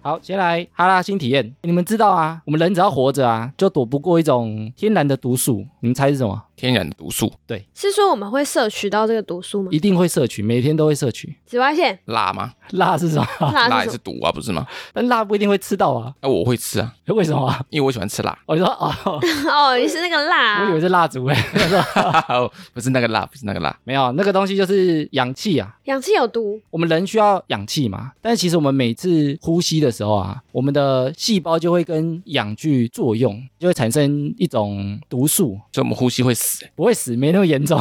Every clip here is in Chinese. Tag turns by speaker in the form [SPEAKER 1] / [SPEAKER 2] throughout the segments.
[SPEAKER 1] 好，接下来哈拉新体验，你们知道啊，我们人只要活着啊，就躲不过一种天然的毒素。你们猜是什么？
[SPEAKER 2] 天然毒素、
[SPEAKER 3] 是说我们会摄取到这个毒素吗？
[SPEAKER 1] 一定会摄取，每天都会摄取。
[SPEAKER 3] 紫外线，
[SPEAKER 2] 辣吗？
[SPEAKER 1] 辣是什么？
[SPEAKER 3] 那
[SPEAKER 2] 辣
[SPEAKER 3] 是
[SPEAKER 2] 也
[SPEAKER 3] 什
[SPEAKER 2] 是
[SPEAKER 3] 么？
[SPEAKER 2] 毒啊，不是吗？
[SPEAKER 1] 但辣不一定会吃到啊。
[SPEAKER 2] 哎、我会吃啊，
[SPEAKER 1] 为什么、啊？
[SPEAKER 2] 因为我喜欢吃辣。
[SPEAKER 1] 我就说哦，
[SPEAKER 3] 哦，你是那个辣
[SPEAKER 1] 我以
[SPEAKER 3] 啊
[SPEAKER 1] 为是蜡烛诶，
[SPEAKER 2] 哦不是那个辣，不是那个辣。
[SPEAKER 1] 没有，那个东西就是氧气啊。
[SPEAKER 3] 氧气有毒，
[SPEAKER 1] 我们人需要氧气嘛，但是其实我们每次呼吸的时候啊，我们的细胞就会跟氧去作用，就会产生一种毒素，
[SPEAKER 2] 所以我们呼吸会死、
[SPEAKER 1] 不会死，没那么严重。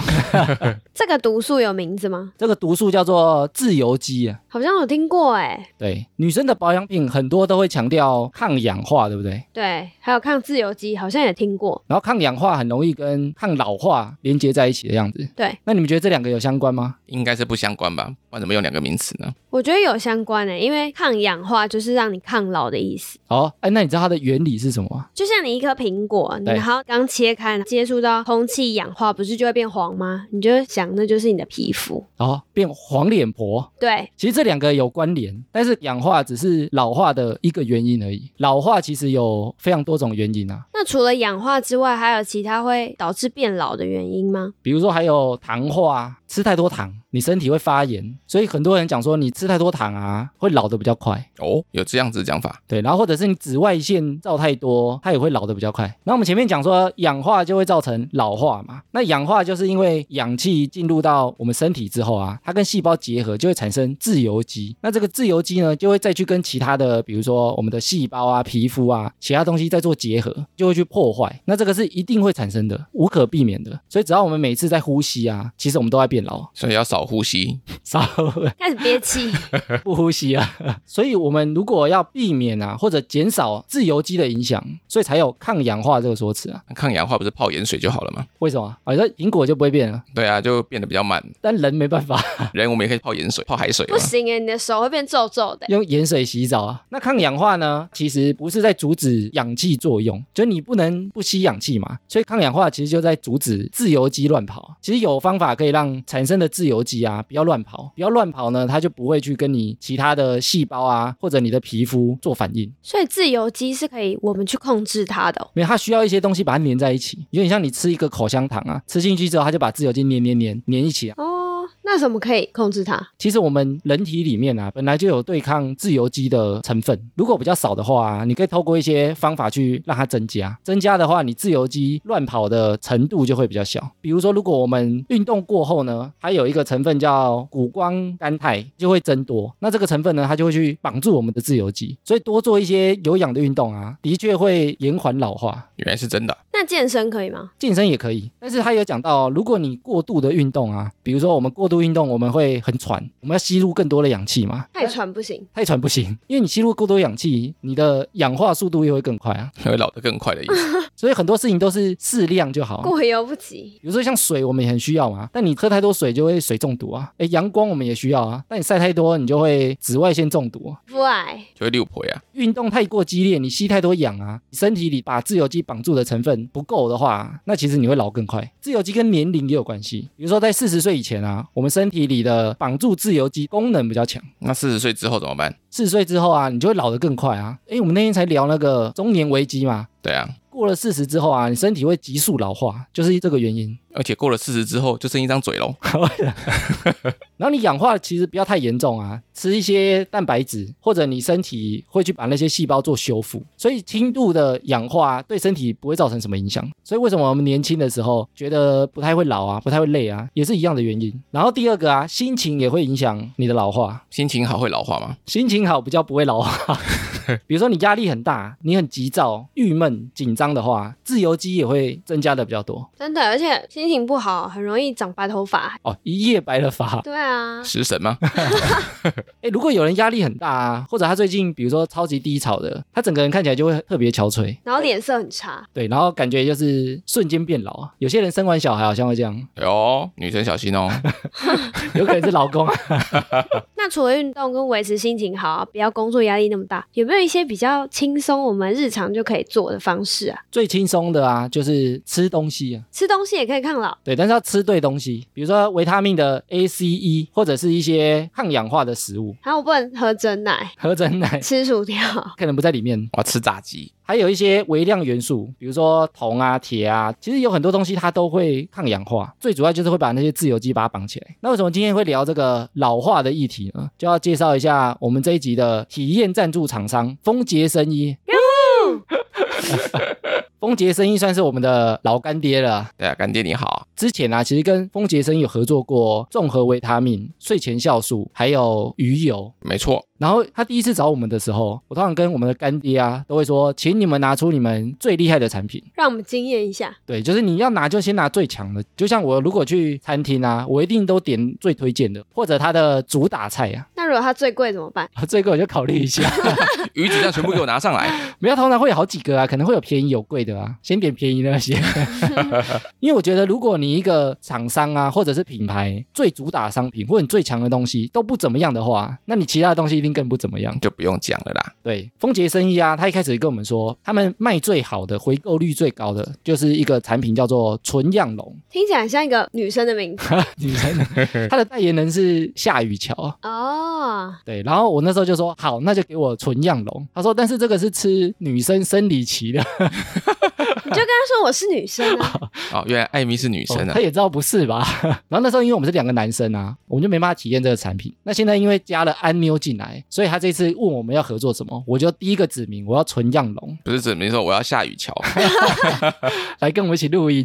[SPEAKER 3] 这个毒素有名字吗？
[SPEAKER 1] 这个毒素叫做自由基啊。
[SPEAKER 3] 好像有听过哎、
[SPEAKER 1] 对，女生的保养品很多都会强调抗氧化，对不对？
[SPEAKER 3] 对，还有抗自由基，好像也听过。
[SPEAKER 1] 然后抗氧化很容易跟抗老化连接在一起的样子。
[SPEAKER 3] 对，
[SPEAKER 1] 那你们觉得这两个有相关吗？
[SPEAKER 2] 应该是不相关吧？不然怎么用两个名词呢？
[SPEAKER 3] 我觉得有相关的、欸因为抗氧化就是让你抗老的意思。
[SPEAKER 1] 哦，哎，那你知道它的原理是什么吗？
[SPEAKER 3] 就像你一颗苹果，你
[SPEAKER 1] 对
[SPEAKER 3] 然后刚切开，接触到空气氧化，不是就会变黄吗？你就会想那就是你的皮肤。
[SPEAKER 1] 哦，变黄脸婆。
[SPEAKER 3] 对，
[SPEAKER 1] 其实这两个有关联，但是氧化只是老化的一个原因而已。老化其实有非常多种原因啊，
[SPEAKER 3] 那除了氧化之外，还有其他会导致变老的原因吗？
[SPEAKER 1] 比如说还有糖化，吃太多糖，你身体会发炎，所以很多人讲说你吃太多糖啊，会老得比较快。
[SPEAKER 2] 哦，有这样子的讲法，
[SPEAKER 1] 对，然后或者是你紫外线照太多，它也会老得比较快。那我们前面讲说氧化就会造成老化嘛，那氧化就是因为氧气进入到我们身体之后啊，它跟细胞结合就会产生自由基。那这个自由基呢，就会再去跟其他的，比如说我们的细胞啊、皮肤啊、其他东西再做结合，就会去破坏。那这个是一定会产生的，无可避免的。所以只要我们每次在呼吸啊，其实我们都在变老，
[SPEAKER 2] 所以要少呼吸。
[SPEAKER 1] 稍微
[SPEAKER 3] 开始憋 气，
[SPEAKER 1] 不呼吸啊。 所以我们如果要避免啊，或者减少自由基的影响，所以才有抗氧化这个说辞啊。
[SPEAKER 2] 抗氧化不是泡盐水就好了吗？
[SPEAKER 1] 为什么啊？你说苹果就不会变了，
[SPEAKER 2] 对啊，就变得比较慢。
[SPEAKER 1] 但人没办法
[SPEAKER 2] 人我们也可以泡盐水、泡海水嘛
[SPEAKER 3] 啊不。行哎、你的手会变皱皱的、欸
[SPEAKER 1] 用盐水洗澡啊。那抗氧化呢，其实不是在阻止氧气作用，就是你不能不吸氧气嘛。所以抗氧化其实就在阻止自由基乱跑。其实有方法可以让产生的自由基啊不要乱跑，不要乱跑呢，它就不会去跟你其他的细胞啊或者你的皮肤做反应。
[SPEAKER 3] 所以自由基是可以我们去控制它的哦、
[SPEAKER 1] 没有，它需要一些东西把它粘在一起，有点像你吃一个口香糖啊，吃进去之后它就把自由基粘粘粘粘一起啊。
[SPEAKER 3] 哦，那什么可以控制它？
[SPEAKER 1] 其实我们人体里面啊，本来就有对抗自由基的成分，如果比较少的话、啊，你可以透过一些方法去让它增加。增加的话，你自由基乱跑的程度就会比较小。比如说，如果我们运动过后呢，它有一个成分叫谷胱甘肽，就会增多。那这个成分呢，它就会去绑住我们的自由基，所以多做一些有氧的运动啊，的确会延缓老化。
[SPEAKER 2] 原来是真的，
[SPEAKER 3] 那健身可以吗？
[SPEAKER 1] 健身也可以，但是他有讲到，如果你过度的运动啊，比如说我们过度运动，我们会很喘，我们要吸入更多的氧气嘛，
[SPEAKER 3] 太喘不行。
[SPEAKER 1] 太喘不行，因为你吸入过多氧气，你的氧化速度又会更快啊，
[SPEAKER 2] 会老得更快的意
[SPEAKER 3] 啊
[SPEAKER 2] 思。
[SPEAKER 1] 所以很多事情都是适量就好啊。
[SPEAKER 3] 过犹不及，
[SPEAKER 1] 比如说像水，我们也很需要嘛，但你喝太多水就会水中毒啊。诶，阳光我们也需要啊，但你晒太多，你就会紫外线中毒啊、
[SPEAKER 3] 不爱
[SPEAKER 2] 就会六婆呀、
[SPEAKER 1] 运动太过激烈，你吸太多氧啊，你身体里把自由基绑住的成分不够的话，那其实你会老更快。自由基跟年龄也有关系，比如说在四十岁以前啊，我们身体里的绑住自由基功能比较强。
[SPEAKER 2] 那四十岁之后怎么办？
[SPEAKER 1] 四十岁之后啊，你就会老得更快啊。诶，我们那天才聊那个中年危机嘛，
[SPEAKER 2] 对啊，
[SPEAKER 1] 过了四十之后啊，你身体会急速老化，就是这个原因。
[SPEAKER 2] 而且过了四十之后就剩一张嘴喽。
[SPEAKER 1] 然后你氧化其实不要太严重啊，吃一些蛋白质，或者你身体会去把那些细胞做修复，所以轻度的氧化对身体不会造成什么影响。所以为什么我们年轻的时候觉得不太会老啊，不太会累啊，也是一样的原因。然后第二个啊，心情也会影响你的老化，
[SPEAKER 2] 心情好会老化吗？
[SPEAKER 1] 心情好比较不会老化。比如说你压力很大，你很急躁、郁闷、紧张的话，自由基也会增加的比较多
[SPEAKER 3] 真的，而且心情不好很容易长白头发。
[SPEAKER 1] 哦，一夜白了发。
[SPEAKER 3] 对啊，
[SPEAKER 2] 食神吗？
[SPEAKER 1] 哎，如果有人压力很大啊，或者他最近比如说超级低潮的，他整个人看起来就会特别憔悴，
[SPEAKER 3] 然后脸色很差，
[SPEAKER 1] 对，然后感觉就是瞬间变老啊。有些人生完小孩好像会这样，
[SPEAKER 2] 哎呦，女生小心哦。
[SPEAKER 1] 有可能是老公啊。
[SPEAKER 3] 那那除了运动跟维持心情好啊，不要工作压力那么大，有没有一些比较轻松我们日常就可以做的方式啊？
[SPEAKER 1] 最轻松的啊，就是吃东西啊。
[SPEAKER 3] 吃东西也可以抗老，
[SPEAKER 1] 对，但是要吃对东西，比如说维他命的 A、C、E，或者是一些抗氧化的食物，
[SPEAKER 3] 然后我不能喝真奶，
[SPEAKER 1] 喝真奶
[SPEAKER 3] 吃薯条，
[SPEAKER 1] 可能不在里面。
[SPEAKER 2] 我要吃炸鸡，
[SPEAKER 1] 还有一些微量元素，比如说铜啊、铁啊，其实有很多东西它都会抗氧化。最主要就是会把那些自由基把它绑起来。那为什么今天会聊这个老化的议题呢？就要介绍一下我们这一集的体验赞助厂商丰杰生医。丰杰生医算是我们的老干爹了啊。
[SPEAKER 2] 对啊，干爹你好，
[SPEAKER 1] 之前啊，其实跟丰杰生医有合作过综合维他命、睡前酵素，还有鱼油。
[SPEAKER 2] 没错，
[SPEAKER 1] 然后他第一次找我们的时候，我通常跟我们的干爹啊都会说，请你们拿出你们最厉害的产品。
[SPEAKER 3] 让我们惊艳一下。
[SPEAKER 1] 对，就是你要拿就先拿最强的。就像我如果去餐厅啊，我一定都点最推荐的，或者它的主打菜啊。
[SPEAKER 3] 那如果它最贵怎么办？
[SPEAKER 1] 这个我就考虑一下，
[SPEAKER 2] 鱼子酱全部给我拿上来。
[SPEAKER 1] 没有，通常会有好几个啊，可能会有便宜有贵的啊，先点便宜的那些。 因为我觉得，如果你一个厂商啊，或者是品牌最主打的商品或者你最强的东西都不怎么样的话，那你其他的东西一定更不怎么样。
[SPEAKER 2] 就不用讲了啦，
[SPEAKER 1] 对，丰杰生意啊，他一开始跟我们说，他们卖最好的、回购率最高的，就是一个产品叫做纯氧龙。
[SPEAKER 3] 听起来很像一个女生的名字
[SPEAKER 1] 女生的，她的代言人是夏雨乔。
[SPEAKER 3] 哦。
[SPEAKER 1] 对，然后我那时候就说好，那就给我纯样龙。他说，但是这个是吃女生生理期的，
[SPEAKER 3] 你就跟他说我是女生啊，
[SPEAKER 2] 哦，原来艾米是女生啊
[SPEAKER 1] 他，也知道不是吧？然后那时候因为我们是两个男生啊，我们就没办法体验这个产品。那现在因为加了安妞进来，所以他这次问我们要合作什么，我就第一个指明我要纯样龙
[SPEAKER 2] 不是指明说我要下雨桥，
[SPEAKER 1] 来跟我们一起录音，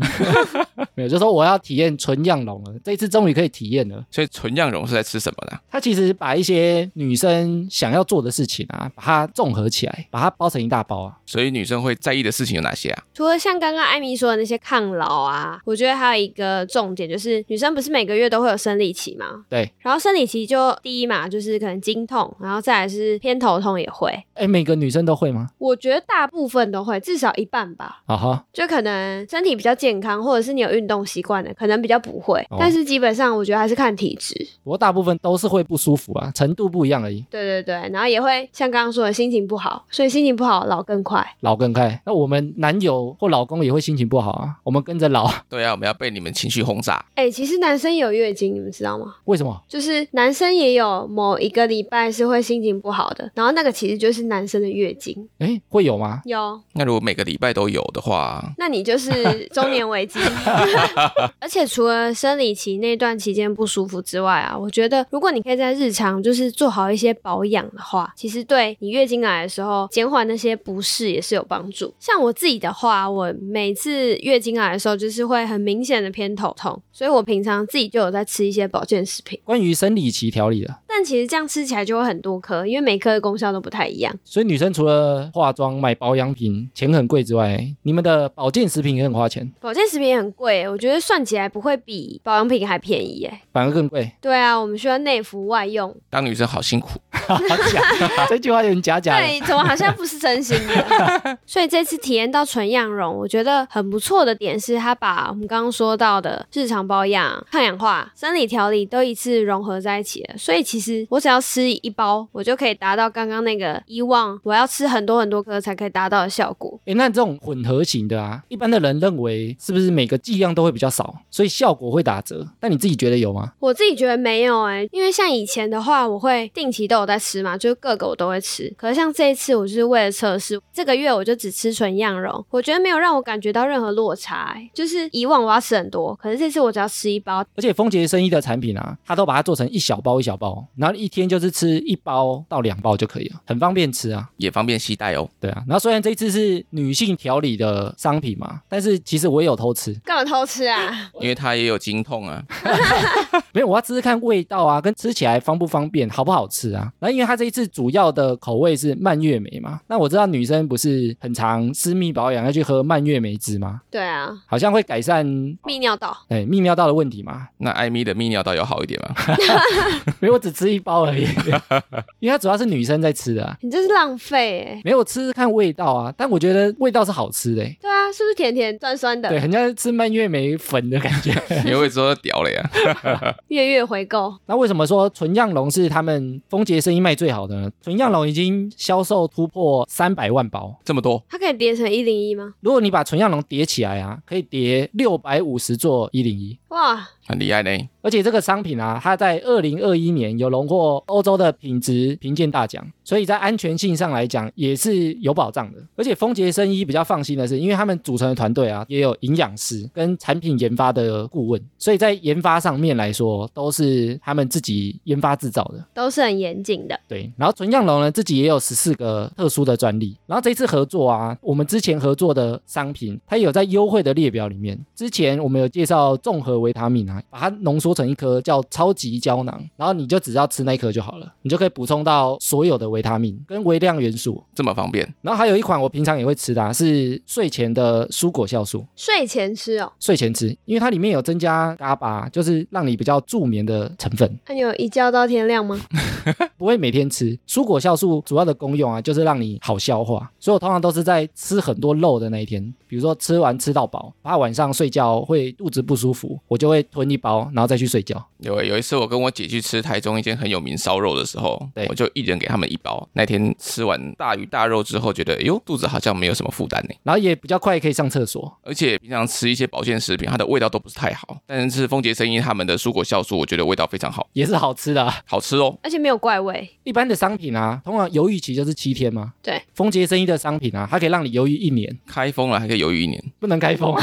[SPEAKER 1] 没有就说我要体验纯样龙了，这一次终于可以体验了。
[SPEAKER 2] 所以纯样荣是在吃什么呢？
[SPEAKER 1] 他其实把一些女生想要做的事情啊，把它综合起来，把它包成一大包啊。
[SPEAKER 2] 所以女生会在意的事情有哪些啊？
[SPEAKER 3] 除了像刚刚艾米说的那些抗老啊，我觉得还有一个重点就是，女生不是每个月都会有生理期吗？
[SPEAKER 1] 对，
[SPEAKER 3] 然后生理期就第一嘛，就是可能经痛，然后再来是偏头痛也会。
[SPEAKER 1] 哎，每个女生都会吗？
[SPEAKER 3] 我觉得大部分都会，至少一半吧。
[SPEAKER 1] 啊哈，
[SPEAKER 3] 就可能身体比较健康，或者是你有运动习惯的，可能比较不会。
[SPEAKER 1] 哦
[SPEAKER 3] 但是基本上我觉得还是看体质。
[SPEAKER 1] 不过大部分都是会不舒服啊，程度不一样而已。
[SPEAKER 3] 对对对，然后也会像刚刚说的心情不好，所以心情不好老更快。
[SPEAKER 1] 老更快，那我们男友或老公也会心情不好啊，我们跟着老，
[SPEAKER 2] 对啊，我们要被你们情绪轰炸，
[SPEAKER 3] 哎、其实男生也有月经，你们知道吗？
[SPEAKER 1] 为什么？
[SPEAKER 3] 就是男生也有某一个礼拜是会心情不好的，然后那个其实就是男生的月经。
[SPEAKER 1] 哎，会有吗？
[SPEAKER 3] 有，
[SPEAKER 2] 那如果每个礼拜都有的话，
[SPEAKER 3] 那你就是中年危机。而且除了生理期那段期间不舒服之外啊，我觉得如果你可以在日常就是做好一些保养的话，其实对你月经来的时候减缓那些不适也是有帮助。像我自己的话，我每次月经来的时候就是会很明显的偏头痛，所以我平常自己就有在吃一些保健食品。
[SPEAKER 1] 关于生理期调理的，
[SPEAKER 3] 但其实这样吃起来就会很多颗，因为每颗的功效都不太一样。
[SPEAKER 1] 所以女生除了化妆、买保养品钱很贵之外，你们的保健食品也很花钱，
[SPEAKER 3] 保健食品也很贵，我觉得算起来不会比保养品还便宜耶。
[SPEAKER 1] 反而更贵。
[SPEAKER 3] 对啊，我们需要内服外用。
[SPEAKER 2] 当女生好辛苦，
[SPEAKER 1] 好假，这句话有点假假的。
[SPEAKER 3] 对，怎么好像不是真心的？所以这次体验到纯样容，我觉得很不错的点是，它把我们刚刚说到的日常保养、抗氧化、生理调理都一次融合在一起了。所以其实我只要吃一包，我就可以达到刚刚那个以往我要吃很多很多颗才可以达到的效果。
[SPEAKER 1] 哎，那这种混合型的啊，一般的人认为是不是每个剂量都会比较少，所以效果会打折？但你自己觉得有吗？
[SPEAKER 3] 我自己觉得没有哎、因为像以前的话，我会定期都有在吃嘛，就是各个我都会吃。可是像这一次，我就是为了测试，这个月我就只吃纯羊肉，我觉得没有让我感觉到任何落差、欸。就是以往我要吃很多，可是这次我只要吃一包，
[SPEAKER 1] 而且丰杰生意的产品啊，它都把它做成一小包一小包，然后一天就是吃一包到两包就可以了，很方便吃啊。
[SPEAKER 2] 也方便携带哦。
[SPEAKER 1] 对啊，然后虽然这一次是女性调理的商品嘛，但是其实我也有偷吃，
[SPEAKER 3] 干嘛偷吃啊？
[SPEAKER 2] 因为她也有经痛啊，
[SPEAKER 1] 没有，我要吃吃看味道啊，跟吃起来方不方便，好不好吃啊。然后那因为它这一次主要的口味是蔓越莓嘛，那我知道女生不是很常私密保养要去喝蔓越莓汁吗？
[SPEAKER 3] 对啊，
[SPEAKER 1] 好像会改善
[SPEAKER 3] 泌尿道
[SPEAKER 1] 哎泌尿道的问题嘛，
[SPEAKER 2] 那艾米的泌尿道有好一点吗？
[SPEAKER 1] 没有，我只吃一包而已， 因为它主要是女生在吃的、啊。
[SPEAKER 3] 你这是浪费哎、
[SPEAKER 1] 没有我吃吃看味道啊，但我觉得味道是好吃的、欸，
[SPEAKER 3] 对啊，是不是甜甜酸酸
[SPEAKER 1] 对，
[SPEAKER 3] 的？
[SPEAKER 1] 很像吃蔓越莓粉的感觉。
[SPEAKER 2] 你会说屌啊了呀？
[SPEAKER 3] 月月回购，
[SPEAKER 1] 那为什么说纯样龙是他们丰杰生意卖最好的呢？纯样龙已经销售突破三百万包，
[SPEAKER 2] 这么多，
[SPEAKER 3] 它可以叠成一零一吗？
[SPEAKER 1] 如果你把纯样龙叠起来啊，可以叠六百五十座一零一。
[SPEAKER 3] 哇，
[SPEAKER 2] 很厉害呢。
[SPEAKER 1] 而且这个商品啊，它在二零二一年有荣获欧洲的品质评鉴大奖，所以在安全性上来讲也是有保障的。而且丰杰生医比较放心的是，因为他们组成的团队啊，也有营养师跟产品研发的顾问，所以在研发上面来说，都是他们自己研发制造的。
[SPEAKER 3] 都是很严谨的。
[SPEAKER 1] 对，然后纯样龙呢自己也有十四个特殊的专利。然后这一次合作啊，我们之前合作的商品，它也有在优惠的列表里面。之前我们有介绍综合维他命啊，把它浓缩成一颗叫超级胶囊，然后你就只要吃那一颗就好了，你就可以补充到所有的维他命跟微量元素。
[SPEAKER 2] 这么方便，
[SPEAKER 1] 然后还有一款我平常也会吃的、啊，是睡前的蔬果酵素，
[SPEAKER 3] 睡前吃哦，
[SPEAKER 1] 睡前吃，因为它里面有增加 GABA，就是让你比较助眠的成分。
[SPEAKER 3] 那、你有一觉到天亮吗？
[SPEAKER 1] 不会每天吃。蔬果酵素主要的功用啊，就是让你好消化，所以我通常都是在吃很多肉的那一天，比如说吃完吃到饱，怕晚上睡觉会肚子不舒服，我就会吞一包，然后再去睡觉。
[SPEAKER 2] 有欸有一次我跟我姐去吃台中一间很有名烧肉的时候
[SPEAKER 1] 对，
[SPEAKER 2] 我就一人给他们一包。那天吃完大鱼大肉之后，觉得哎呦肚子好像没有什么负担呢。
[SPEAKER 1] 然后也比较快可以上厕所，
[SPEAKER 2] 而且平常吃一些保健食品，它的味道都不是太好，但是丰杰生意他们的蔬果酵素，我觉得味道非常好，
[SPEAKER 1] 也是好吃的啊、
[SPEAKER 2] 好吃哦。
[SPEAKER 3] 而且没有怪味，
[SPEAKER 1] 一般的商品啊，通常犹豫期就是七天嘛。
[SPEAKER 3] 对，
[SPEAKER 1] 丰杰生意的商品啊，它可以让你犹豫一年，
[SPEAKER 2] 开封了还可以犹豫一 年，
[SPEAKER 1] 不能开封啊。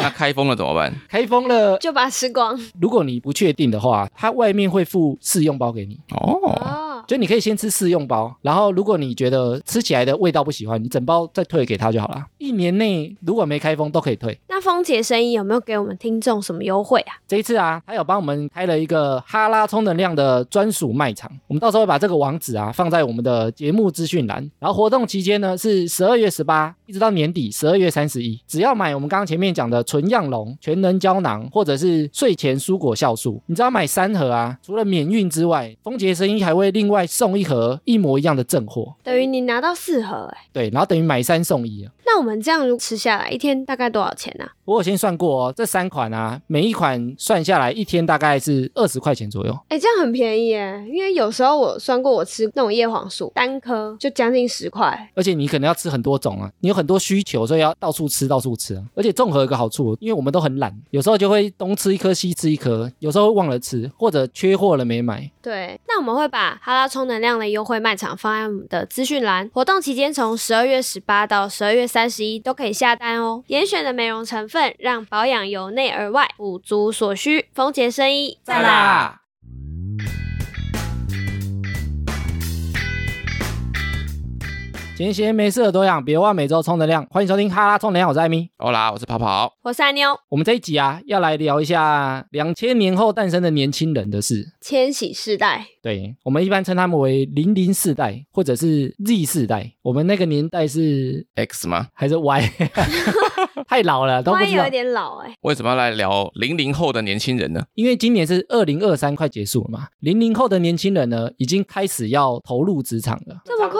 [SPEAKER 2] 那开封了怎么办？
[SPEAKER 1] 开封了，
[SPEAKER 3] 就把它吃光
[SPEAKER 1] 如果你不确定的话，它外面会附试用包给你。
[SPEAKER 2] 哦，
[SPEAKER 3] 哦。
[SPEAKER 1] 就你可以先吃试用包，然后如果你觉得吃起来的味道不喜欢，你整包再退给他就好了。一年内如果没开封都可以退。
[SPEAKER 3] 那丰姐生意有没有给我们听众什么优惠啊？
[SPEAKER 1] 这一次啊，他有帮我们开了一个哈拉充能量的专属卖场，我们到时候会把这个网址啊放在我们的节目资讯栏。然后活动期间呢是十二月十八一直到年底十二月三十一，只要买我们刚刚前面讲的纯样龙全能胶囊或者是睡前蔬果酵素，你只要买三盒啊，除了免运之外，丰杰生意还会另外送一盒一模一样的正货。
[SPEAKER 3] 等于你拿到四盒哎、
[SPEAKER 1] 对，然后等于买三送一啊。
[SPEAKER 3] 那我们这样如果吃下来一天大概多少钱啊？
[SPEAKER 1] 我有先算过哦，这三款啊，每一款算下来一天大概是二十块钱左右。
[SPEAKER 3] 哎、这样很便宜哎、因为有时候我算过，我吃那种叶黄素单颗就将近十块，
[SPEAKER 1] 而且你可能要吃很多种啊，你有很多需求，所以要到处吃到处吃啊。而且综合有个好处，因为我们都很懒，有时候就会东吃一颗西吃一颗，有时候会忘了吃，或者缺货了没买。
[SPEAKER 3] 对，那我们会把哈拉充能量的优惠卖场放在我们的资讯栏。活动期间从十二月十八到十二月三十一都可以下单哦。严选的美容成分，让保养由内而外补足所需。丰洁生衣，再来。
[SPEAKER 2] 啦！
[SPEAKER 1] 闲闲没事的多样，别忘每周充能量。欢迎收听哈拉充能量，我是艾米。
[SPEAKER 2] 好啦，我是哦跑跑，
[SPEAKER 3] 我是爱妞，
[SPEAKER 1] 我们这一集啊，要来聊一下两千年后诞生的年轻人的事。
[SPEAKER 3] 千禧世代，
[SPEAKER 1] 对我们一般称他们为零零世代或者是 Z 世代，我们那个年代是
[SPEAKER 2] X 吗？
[SPEAKER 1] 还是 Y，太老了都
[SPEAKER 3] 我
[SPEAKER 1] 不知
[SPEAKER 3] 有
[SPEAKER 1] 道
[SPEAKER 3] 一。点老哎、
[SPEAKER 2] 为什么要来聊零零后的年轻人 呢？
[SPEAKER 1] 因为今年是二零二三快结束了嘛，零零后的年轻人呢，已经开始要投入职场了。
[SPEAKER 3] 这么快，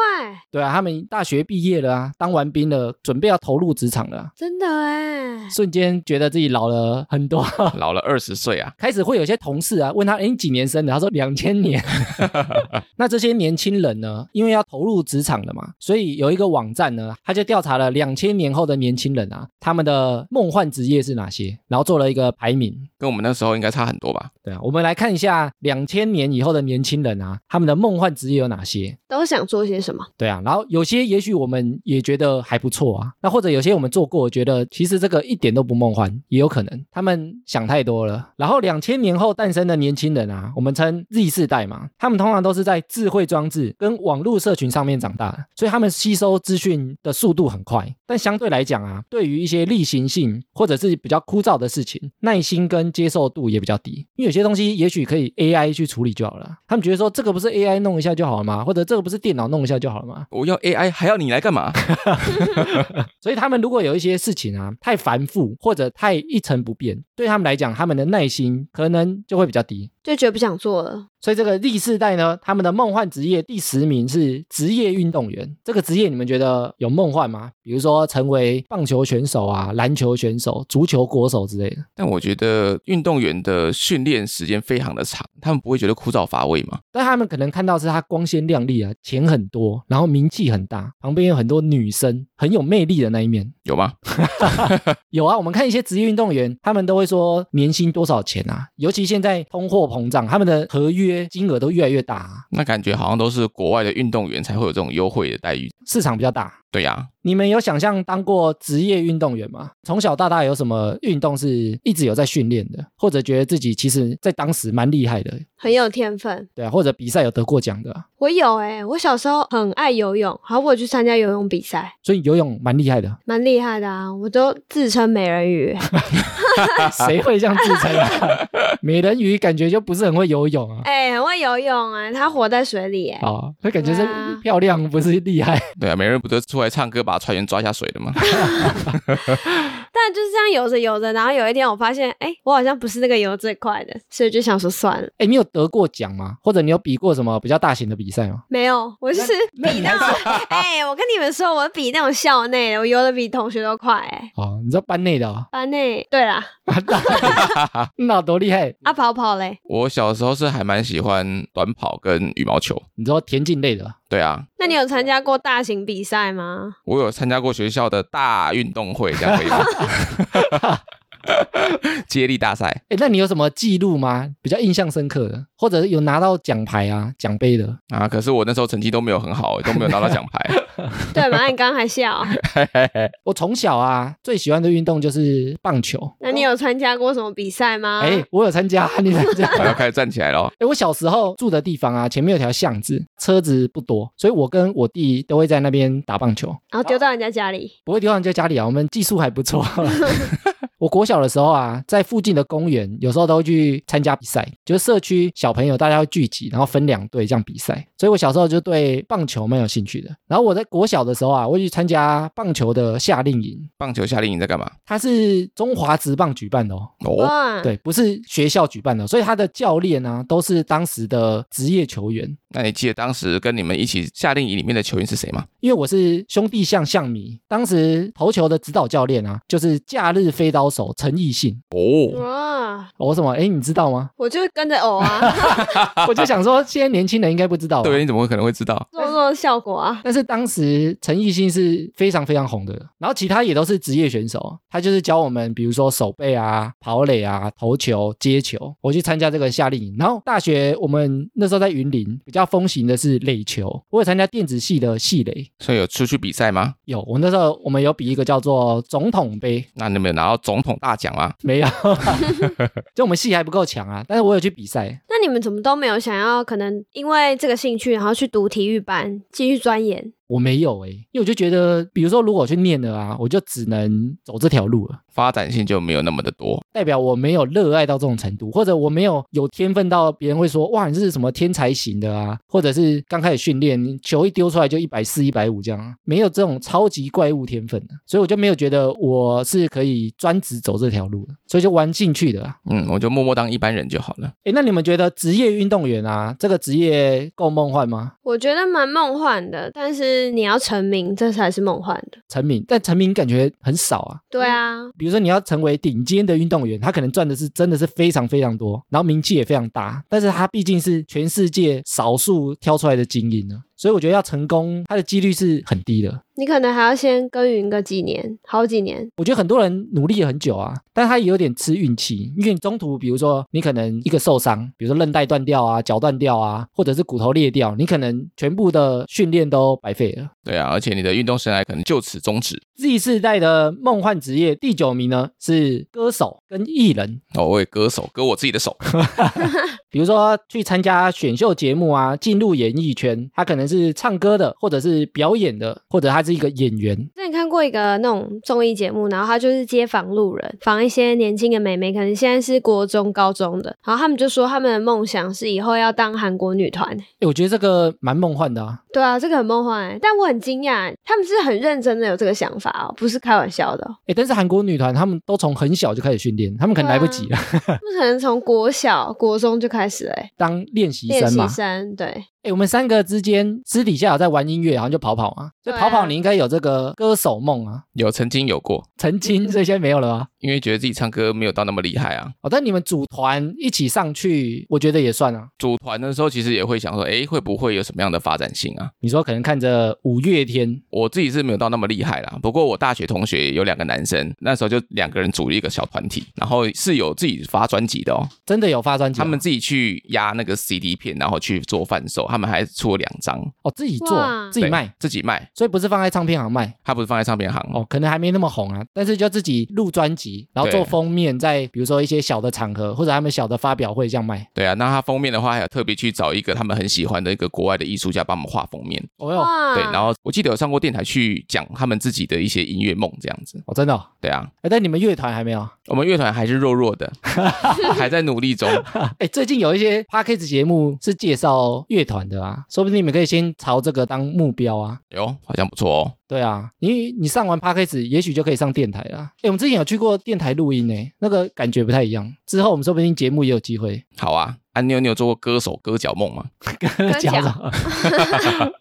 [SPEAKER 1] 对啊，他们大学毕业了啊，当完兵了，准备要投入职场了啊、
[SPEAKER 3] 真的哎、
[SPEAKER 1] 瞬间觉得自己老了很多。
[SPEAKER 2] 老了二十岁啊，
[SPEAKER 1] 开始会有些同事啊问他，哎，你几年生的？他说两千年。 那这些年轻人呢，因为要投入职场了嘛，所以有一个网站呢，他就调查了两千年后的年轻人啊，他们的梦幻职业是哪些，然后做了一个排名。
[SPEAKER 2] 跟我们那时候应该差很多吧？
[SPEAKER 1] 对啊，我们来看一下两千年以后的年轻人啊，他们的梦幻职业有哪些？
[SPEAKER 3] 都想做些什么？
[SPEAKER 1] 对啊，然后有些也许我们也觉得还不错啊，那或者有些我们做过，觉得其实这个一点都不梦幻，也有可能他们想太多了。然后两千年后诞生的年轻人啊，我们称 Z 世代嘛，他们通常都是在智慧装置跟网络社群上面长大的，所以他们吸收资讯的速度很快，但相对来讲啊，对于于一些例行性或者是比较枯燥的事情，耐心跟接受度也比较低。因为有些东西也许可以 AI 去处理就好了啊，他们觉得说这个不是 AI 弄一下就好了吗？或者这个不是电脑弄一下就好了吗？
[SPEAKER 2] 我要 AI，还要你来干嘛？
[SPEAKER 1] 所以他们如果有一些事情啊太繁复或者太一成不变，对他们来讲，他们的耐心可能就会比较低。
[SPEAKER 3] 就觉得不想做了。
[SPEAKER 1] 所以这个历世代呢，他们的梦幻职业第十名是职业运动员。这个职业你们觉得有梦幻吗？比如说成为棒球选手啊、篮球选手、足球国手之类的。
[SPEAKER 2] 但我觉得运动员的训练时间非常的长，他们不会觉得枯燥乏味吗？
[SPEAKER 1] 但他们可能看到是他光鲜亮丽啊，钱很多，然后名气很大，旁边有很多女生，很有魅力的那一面。
[SPEAKER 2] 有吗？
[SPEAKER 1] 有啊，我们看一些职业运动员，他们都会说年薪多少钱啊？尤其现在通货膨胀，他们的合约金额都越来越大、啊，
[SPEAKER 2] 那感觉好像都是国外的运动员才会有这种优惠的待遇。
[SPEAKER 1] 市场比较大。
[SPEAKER 2] 对呀、
[SPEAKER 1] 你们有想象当过职业运动员吗？从小到大有什么运动是一直有在训练的，或者觉得自己其实在当时蛮厉害的，
[SPEAKER 3] 很有天分，
[SPEAKER 1] 对啊，或者比赛有得过奖的啊、
[SPEAKER 3] 我有哎、我小时候很爱游泳，好，我有去参加游泳比赛，，
[SPEAKER 1] 所以游泳蛮厉害的
[SPEAKER 3] 蛮厉害的啊，我都自称美人鱼、
[SPEAKER 1] 啊 谁会这样自称啊？ 美人鱼感觉就不是很会游泳啊，
[SPEAKER 3] 哎、很会游泳啊，他活在水里哎、
[SPEAKER 1] 哦，那感觉是
[SPEAKER 3] 对啊
[SPEAKER 1] 漂亮不是厉害，
[SPEAKER 2] 对啊，每人不都出来唱歌把船员抓下水的吗？
[SPEAKER 3] 但就是这样游着游着，然后有一天我发现，哎、我好像不是那个游最快的，所以就想说算了，
[SPEAKER 1] 哎，你有得过奖吗？或者你有比过什么比较大型的比赛吗？
[SPEAKER 3] 没有，我就是
[SPEAKER 1] 那
[SPEAKER 3] 比那种，哎、我跟你们说，我比那种校内的，我游的比同学都快哎、
[SPEAKER 1] 哦，你知道班内的、哦，
[SPEAKER 3] 班内对啦，
[SPEAKER 1] 那有多厉害？
[SPEAKER 3] 啊跑跑嘞，
[SPEAKER 2] 我小时候是还蛮喜欢短跑跟羽毛球。
[SPEAKER 1] 你知道田径类的，哦
[SPEAKER 2] 对啊，
[SPEAKER 3] 那你有参加过大型比赛吗？
[SPEAKER 2] 我有参加过学校的大运动会，这样可以吗？ 接力大赛，
[SPEAKER 1] 哎，那你有什么记录吗？比较印象深刻的，或者有拿到奖牌啊、奖杯的？
[SPEAKER 2] 啊，可是我那时候成绩都没有很好，都没有拿到奖牌。
[SPEAKER 3] 对嘛？你刚刚还笑，
[SPEAKER 1] 我从小啊最喜欢的运动就是棒球。
[SPEAKER 3] 那你有参加过什么比赛吗？
[SPEAKER 1] 哎、我有参加，你参加？
[SPEAKER 2] 我要开始站起来了。哦
[SPEAKER 1] 哎，我小时候住的地方啊，前面有条巷子，车子不多，所以我跟我弟都会在那边打棒球，
[SPEAKER 3] 然后丢到人家家里，
[SPEAKER 1] 不会丢到人家家里啊。我们技术还不错。我国小的时候啊，在附近的公园，有时候都会去参加比赛，就是社区小朋友大家会聚集，然后分两队这样比赛。所以我小时候就对棒球蛮有兴趣的。然后我在国小的时候啊，我会去参加棒球的夏令营，
[SPEAKER 2] 棒球夏令营在干嘛？
[SPEAKER 1] 它是中华职棒举办的哦。
[SPEAKER 2] 哦，
[SPEAKER 3] 哇，
[SPEAKER 1] 对，不是学校举办的，所以他的教练啊都是当时的职业球员。
[SPEAKER 2] 那你记得当时跟你们一起夏令营里面的球员是谁吗？
[SPEAKER 1] 因为我是兄弟象象迷，当时投球的指导教练啊，就是假日飞刀手陈奕信。
[SPEAKER 2] 哦，
[SPEAKER 3] 哇，？
[SPEAKER 1] 我、什么？哎，你知道吗
[SPEAKER 3] 我就跟着偶啊，
[SPEAKER 1] 我就想说，现在年轻人应该不知道吧。啊
[SPEAKER 2] 对，你怎么会可能会知道？
[SPEAKER 3] 做做效果啊，
[SPEAKER 1] 但是当时陈奕迅是非常非常红的，然后其他也都是职业选手，他就是教我们，比如说手背啊、跑垒啊、投球、接球。我去参加这个夏令营，然后大学我们那时候在云林比较风行的是垒球，我有参加电子系的系垒。
[SPEAKER 2] 所以有出去比赛吗？
[SPEAKER 1] 有，我那时候我们有比一个叫做总统杯，
[SPEAKER 2] 那你们有拿到总统大奖吗？
[SPEAKER 1] 没有，就我们系还不够强啊，但是我有去比赛。
[SPEAKER 3] 那你们怎么都没有想要可能因为这个兴趣，然后去读体育班继续钻研？
[SPEAKER 1] 我没有诶、因为我就觉得，比如说如果我去念了啊，我就只能走这条路了。
[SPEAKER 2] 发展性就没有那么的多。
[SPEAKER 1] 代表我没有热爱到这种程度，或者我没有有天分到别人会说哇你是什么天才型的啊，或者是刚开始训练你球一丢出来就一百四、一百五这样啊，没有这种超级怪物天分的，所以我就没有觉得我是可以专职走这条路的，所以就玩兴趣的啊。
[SPEAKER 2] 嗯，我就默默当一般人就好了。
[SPEAKER 1] 诶，那你们觉得职业运动员啊这个职业够梦幻吗？
[SPEAKER 3] 我觉得蛮梦幻的，但是你要成名，这才是梦幻的。
[SPEAKER 1] 成名，但成名感觉很少啊。
[SPEAKER 3] 对啊，
[SPEAKER 1] 比如说你要成为顶尖的运动员，他可能赚的是真的是非常非常多，然后名气也非常大，但是他毕竟是全世界少数挑出来的精英呢，所以我觉得要成功，他的几率是很低的。
[SPEAKER 3] 你可能还要先耕耘个几年，好几年。
[SPEAKER 1] 我觉得很多人努力了很久啊，但他也有点吃运气，因为你中途比如说你可能一个受伤，比如说韧带断掉啊、脚断掉啊，或者是骨头裂掉，你可能全部的训练都白费了。
[SPEAKER 2] 对啊，而且你的运动生涯可能就此终止。
[SPEAKER 1] Z 世代的梦幻职业第九名呢是歌手跟艺人，
[SPEAKER 2] 哦，我也割手，割我自己的手。
[SPEAKER 1] 比如说去参加选秀节目啊，进入演艺圈，他可能是唱歌的，或者是表演的，或者他是一个演员。
[SPEAKER 3] 那你看看过一个那种综艺节目，然后他就是街访路人，访一些年轻的美眉，可能现在是国中、高中的，然后他们就说他们的梦想是以后要当韩国女团。
[SPEAKER 1] 诶我觉得这个蛮梦幻的啊。
[SPEAKER 3] 对啊，这个很梦幻、欸，但我很惊讶，他们是很认真的有这个想法哦，不是开玩笑的 哦、
[SPEAKER 1] 哎，但是韩国女团她们都从很小就开始训练，她们可能来不及了，
[SPEAKER 3] 他们可能从国小、国中就开始了欸
[SPEAKER 1] 当练习
[SPEAKER 3] 练
[SPEAKER 1] 生
[SPEAKER 3] 习
[SPEAKER 1] 嘛。
[SPEAKER 3] 生，对，
[SPEAKER 1] 哎，我们三个之间私底下有在玩音乐，好像就跑跑啊，就
[SPEAKER 3] 对啊
[SPEAKER 1] 跑跑，你应该有这个歌手梦啊，
[SPEAKER 2] 有曾经有过，
[SPEAKER 1] 曾经 这些没有了吧？
[SPEAKER 2] 因为觉得自己唱歌没有到那么厉害啊。
[SPEAKER 1] 哦，但你们组团一起上去，我觉得也算啊。
[SPEAKER 2] 组团的时候其实也会想说，诶，会不会有什么样的发展性啊？
[SPEAKER 1] 你说可能看着五月天，
[SPEAKER 2] 我自己是没有到那么厉害啦，不过我大学同学有两个男生，那时候就两个人组了一个小团体，然后是有自己发专辑的哦，
[SPEAKER 1] 真的有发专辑啊，
[SPEAKER 2] 他们自己去压那个 CD 片，然后去做贩售，他们还出了两张，
[SPEAKER 1] 哦自己做
[SPEAKER 3] 哇
[SPEAKER 1] 自己
[SPEAKER 2] 对
[SPEAKER 1] 卖，，
[SPEAKER 2] 自己卖，
[SPEAKER 1] 所以不是放在唱片行卖。
[SPEAKER 2] 他不是放在唱片行
[SPEAKER 1] 哦，可能还没那么红啊，但是就自己录专辑，然后
[SPEAKER 2] 对
[SPEAKER 1] 做封面，在比如说一些小的场合或者他们小的发表会这样卖。
[SPEAKER 2] 对啊，那他封面的话，还有特别去找一个他们很喜欢的一个国外的艺术家帮我们画封面。
[SPEAKER 1] 哦哟，
[SPEAKER 3] 哇，
[SPEAKER 2] 对，然后我记得有上过电台去讲他们自己的一些音乐梦这样子。
[SPEAKER 1] 哦真的、哦，
[SPEAKER 2] 对啊，
[SPEAKER 1] 哎，但你们乐团还没有？
[SPEAKER 2] 我们乐团还是弱弱的，还在努力中。
[SPEAKER 1] 哎，最近有一些 p a c k a g e 节目是介绍乐团的啊，说不定你们可以先朝这个当目标啊。
[SPEAKER 2] 哟，好像不错哦。
[SPEAKER 1] 对啊，你你上完 p a c k a g e 也许就可以上电台啦。哎，我们之前有去过电台录音呢，那个感觉不太一样。之后我们说不定节目也有机会。
[SPEAKER 2] 好啊，安妞，你有做过歌手歌脚梦吗？
[SPEAKER 3] 讲
[SPEAKER 1] 家长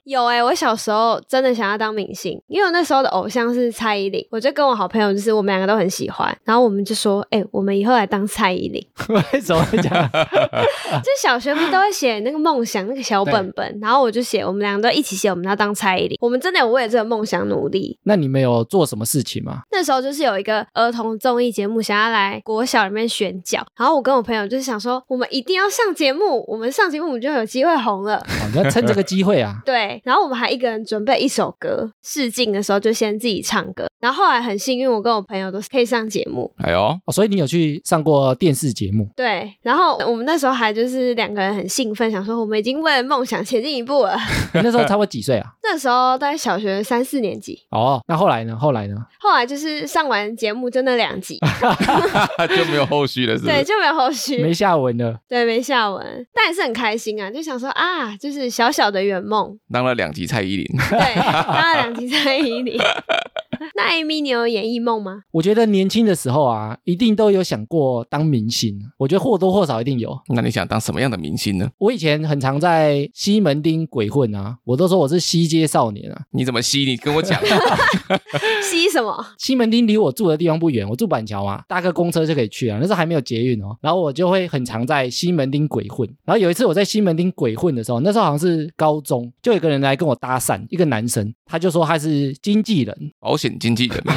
[SPEAKER 3] 有哎、我小时候真的想要当明星，因为我那时候的偶像是蔡依林，我就跟我好朋友，就是我们两个都很喜欢，然后我们就说，哎、我们以后来当蔡依林。
[SPEAKER 1] 为什么会这样？
[SPEAKER 3] 就小学不是都会写那个梦想那个小本本，然后我就写，我们两个都一起写，我们要当蔡依林，我们真的有为了这个梦想努力。
[SPEAKER 1] 那你们有做什么事情吗？
[SPEAKER 3] 那时候就是有一个儿童综艺节目，想要来国小里面选角，然后我跟我朋友就是想说，我们一定要上节目，我们上节目我们就有机会红了。。
[SPEAKER 1] 哦、你要趁这个机会啊
[SPEAKER 3] 对，然后我们还一个人准备一首歌，试镜的时候就先自己唱歌，然后后来很幸运，我跟我朋友都是可以上节目。
[SPEAKER 2] 哎呦，
[SPEAKER 1] 哦，所以你有去上过电视节目？
[SPEAKER 3] 对，然后我们那时候还就是两个人很兴奋，想说我们已经为了梦想前进一步了。
[SPEAKER 1] 你那时候差不多几岁啊？
[SPEAKER 3] 那时候大概小学三四年级，
[SPEAKER 1] 哦，那后来呢？后来呢？
[SPEAKER 3] 后来就是上完节目就那两集，
[SPEAKER 2] 就没有后续了，是不
[SPEAKER 3] 对，
[SPEAKER 2] 是？
[SPEAKER 3] 就没有后续
[SPEAKER 1] 啊没，下文了。
[SPEAKER 3] 对，没下文，但也是很开心啊，就想说啊，就是小小的圆梦，
[SPEAKER 2] 当了两集蔡依林，
[SPEAKER 3] 对，当了两集在一里。 那艾米，你有演艺梦吗？
[SPEAKER 1] 我觉得年轻的时候啊，一定都有想过当明星。啊我觉得或多或少一定有。
[SPEAKER 2] 那你想当什么样的明星呢？
[SPEAKER 1] 我以前很常在西门町鬼混啊，我都说我是西街少年啊。
[SPEAKER 2] 你怎么吸？你跟 我讲。
[SPEAKER 3] 吸什么？
[SPEAKER 1] 西门町离我住的地方不远，我住板桥嘛，搭个公车就可以去啊。那时候还没有捷运哦，然后我就会很常在西门町鬼混。然后有一次我在西门町鬼混的时候，那时候好像是高中，就有一个人来跟我搭讪，一个男生，他就说他是经纪人，
[SPEAKER 2] 保险经 纪人嘛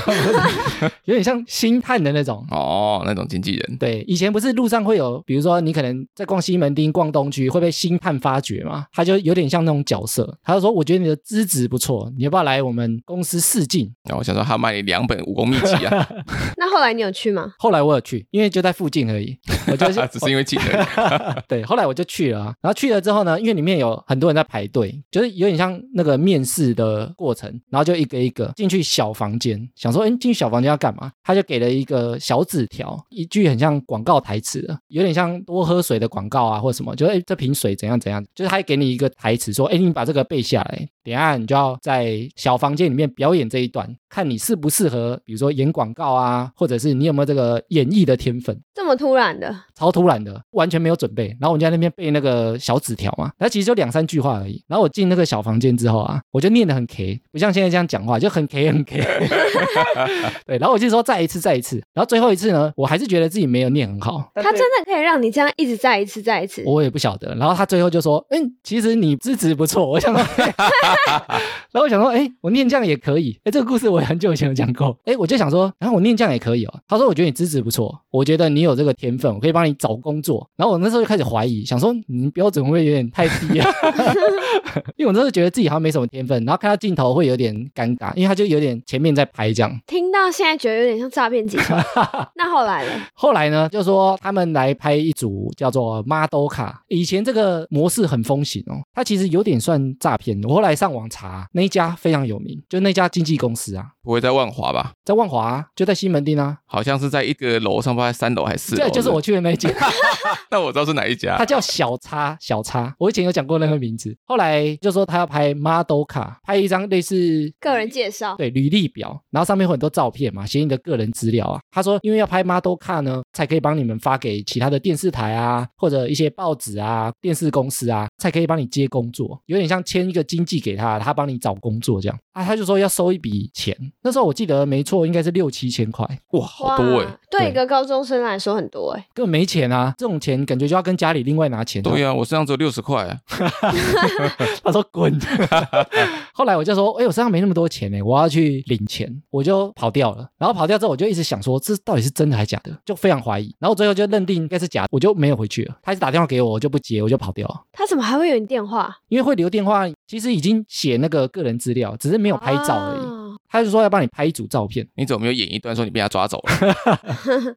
[SPEAKER 1] 有点像星探的那种。
[SPEAKER 2] 哦，那种经纪人，
[SPEAKER 1] 对，以前不是路上会有，比如说你可能在逛西门町、逛东区，会被星探发掘嘛？他就有点像那种角色，他就说：“我觉得你的资质不错，你要不要来我们公司试镜
[SPEAKER 2] 然后哦我想说他卖你两本武功秘籍啊，
[SPEAKER 3] 那后来你有去吗？？”
[SPEAKER 1] 后来我有去，因为就在附近 而已，我就
[SPEAKER 2] 啊只是因为 技能。
[SPEAKER 1] 对，后来我就去了、啊，然后去了之后呢，因为里面有很多人在排队，就是有点像那个面试的过程，然后就一个一个进去小房间，想说，嗯，进去小房间要干嘛？他就给了一个小纸条，一句很像广告台词的，有点像多喝水的广告啊，或者什么，就是哎，这瓶水怎样怎样，就是他给你一个台词，说，哎，你把这个背下来，等一下你就要在小房间里面表演这一段，看你适不适合，比如说演广告啊，或者是你有没有这个演绎的天分。
[SPEAKER 3] 这么突然的，
[SPEAKER 1] 超突然的，完全没有准备。然后我就在那边背那个小纸条嘛，那其实就两三句话而已。然后我进那个小房间之后啊，我就念得很 K，不像现在这样讲话就很 K 很 K。对，然后我就说再一次再一次，然后最后一次呢，我还是觉得自己没有念很好。
[SPEAKER 3] 他真的可以让你这样一直再一次再一次。
[SPEAKER 1] 我也不晓得，然后他最后就说：“嗯，其实你资质不错。”我想说， 然后我想说，哎，我念这样也可以。哎，这个故事我很久以前有讲过。哎，我就想说，然后我念这样也可以哦。他说：“我觉得你资质不错，我觉得你有这个天分，我可以帮你找工作。”然后我那时候就开始怀疑，想说你标准会不会有点太低啊， 因为我那时候觉得自己好像没什么天分，然后看到镜头会有点尴尬，因为他就有点前前面在拍这样。
[SPEAKER 3] 听到现在觉得有点像诈骗 集团。那后来呢？
[SPEAKER 1] 后来呢，就说他们来拍一组叫做 Model 卡，以前这个模式很风行哦，它其实有点算诈骗。我后来上网查，那一家非常有名，就那家经纪公司啊，
[SPEAKER 2] 不会在万华吧？
[SPEAKER 1] 在万华啊、就在西门町啊，
[SPEAKER 2] 好像是在一个楼上，不知道在三楼还是哦四楼。
[SPEAKER 1] 这就是 我，去的那一间。
[SPEAKER 2] 但我知道是哪一家
[SPEAKER 1] 他。叫小叉小叉，我以前有讲过那个名字。后来就说他要拍 model 卡，拍一张类似
[SPEAKER 3] 个人介绍，
[SPEAKER 1] 对履历表，然后上面会有很多照片嘛，写你的个人资料啊。他说，因为要拍 model 卡呢，才可以帮你们发给其他的电视台啊，或者一些报纸啊、电视公司啊，才可以帮你接工作，有点像签一个经纪给他，他帮你找工作这样啊。他就说要收一笔钱，那时候我记得没错，应该是六七千块，
[SPEAKER 2] 哇，好多哎、
[SPEAKER 3] 哇对
[SPEAKER 1] 欸对
[SPEAKER 3] 一个高中生来说很多哎、
[SPEAKER 1] 根本没钱啊。这种钱感觉就要跟家里另外拿钱、
[SPEAKER 2] 对呀、啊我身上只有六十块啊，
[SPEAKER 1] 他说滚。 后来我就说，哎、我身上没那么多钱呢，我要去领钱，我就跑掉了。然后跑掉之后，我就一直想说，这到底是真的还是假的，就非常怀疑。然后最后就认定应该是假的，我就没有回去了。他一直打电话给我，我就不接，我就跑掉了。
[SPEAKER 3] 他怎么还会有你电话？
[SPEAKER 1] 因为会留电话，其实已经写那个个人资料，只是没有拍照而已。
[SPEAKER 3] 啊
[SPEAKER 1] 他就说要帮你拍一组照片，
[SPEAKER 2] 你怎么没有演一段说你被他抓走了？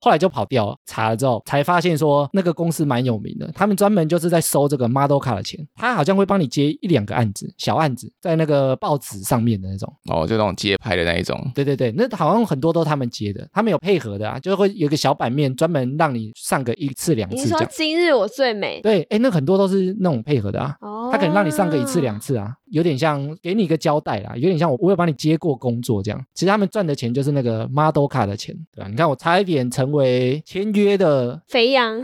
[SPEAKER 1] 后来就跑掉了。查了之后才发现说那个公司蛮有名的，他们专门就是在收这个 model 卡的钱。他好像会帮你接一两个案子，小案子，在那个报纸上面的那种。
[SPEAKER 2] 哦，就那种街拍的那 一种。
[SPEAKER 1] 对对对，那好像很多都他们接的，他们有配合的啊，就会有一个小版面专门让你上个一次两
[SPEAKER 3] 你
[SPEAKER 1] 次
[SPEAKER 3] 是
[SPEAKER 1] 这
[SPEAKER 3] 说
[SPEAKER 1] 样。
[SPEAKER 3] 今日我最美？
[SPEAKER 1] 对，哎，那很多都是那种配合的啊，
[SPEAKER 3] 哦
[SPEAKER 1] 他可能让你上个一次两
[SPEAKER 3] 次。
[SPEAKER 1] 次啊，有点像给你一个交代啦，有点像我我有帮你接过工作这样。其实他们赚的钱就是那个 model 卡的钱，对吧、你看我差一点成为签约的，
[SPEAKER 3] 肥羊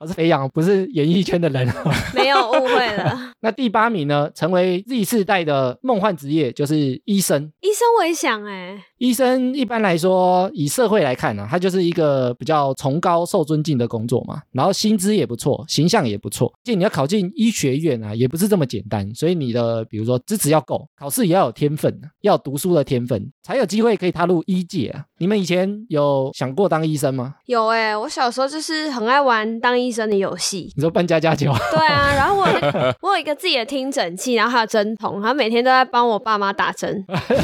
[SPEAKER 1] 我是肥羊，不是演艺圈的人。哦
[SPEAKER 3] 没有误会了，
[SPEAKER 1] 那第八名呢，成为 Z 世代的梦幻职业就是医生。
[SPEAKER 3] 医生我也想哎、
[SPEAKER 1] 医生一般来说，以社会来看呢、啊，他就是一个比较崇高、受尊敬的工作嘛，然后薪资也不错，形象也不错。而且你要考进医学院啊，也不是这么简单，所以你的比如说资质要够，考试也要有天分啊，要有读书的天分，才有机会可以踏入医界啊。你们以前有想过当医生吗？
[SPEAKER 3] 有哎、我小时候就是很爱玩当医生的游戏，
[SPEAKER 1] 你说扮家家酒，
[SPEAKER 3] 对啊，然后我有 那个我有一个自己的听诊器，然后还有针筒，然后每天都在帮我爸妈打针。
[SPEAKER 2] 肯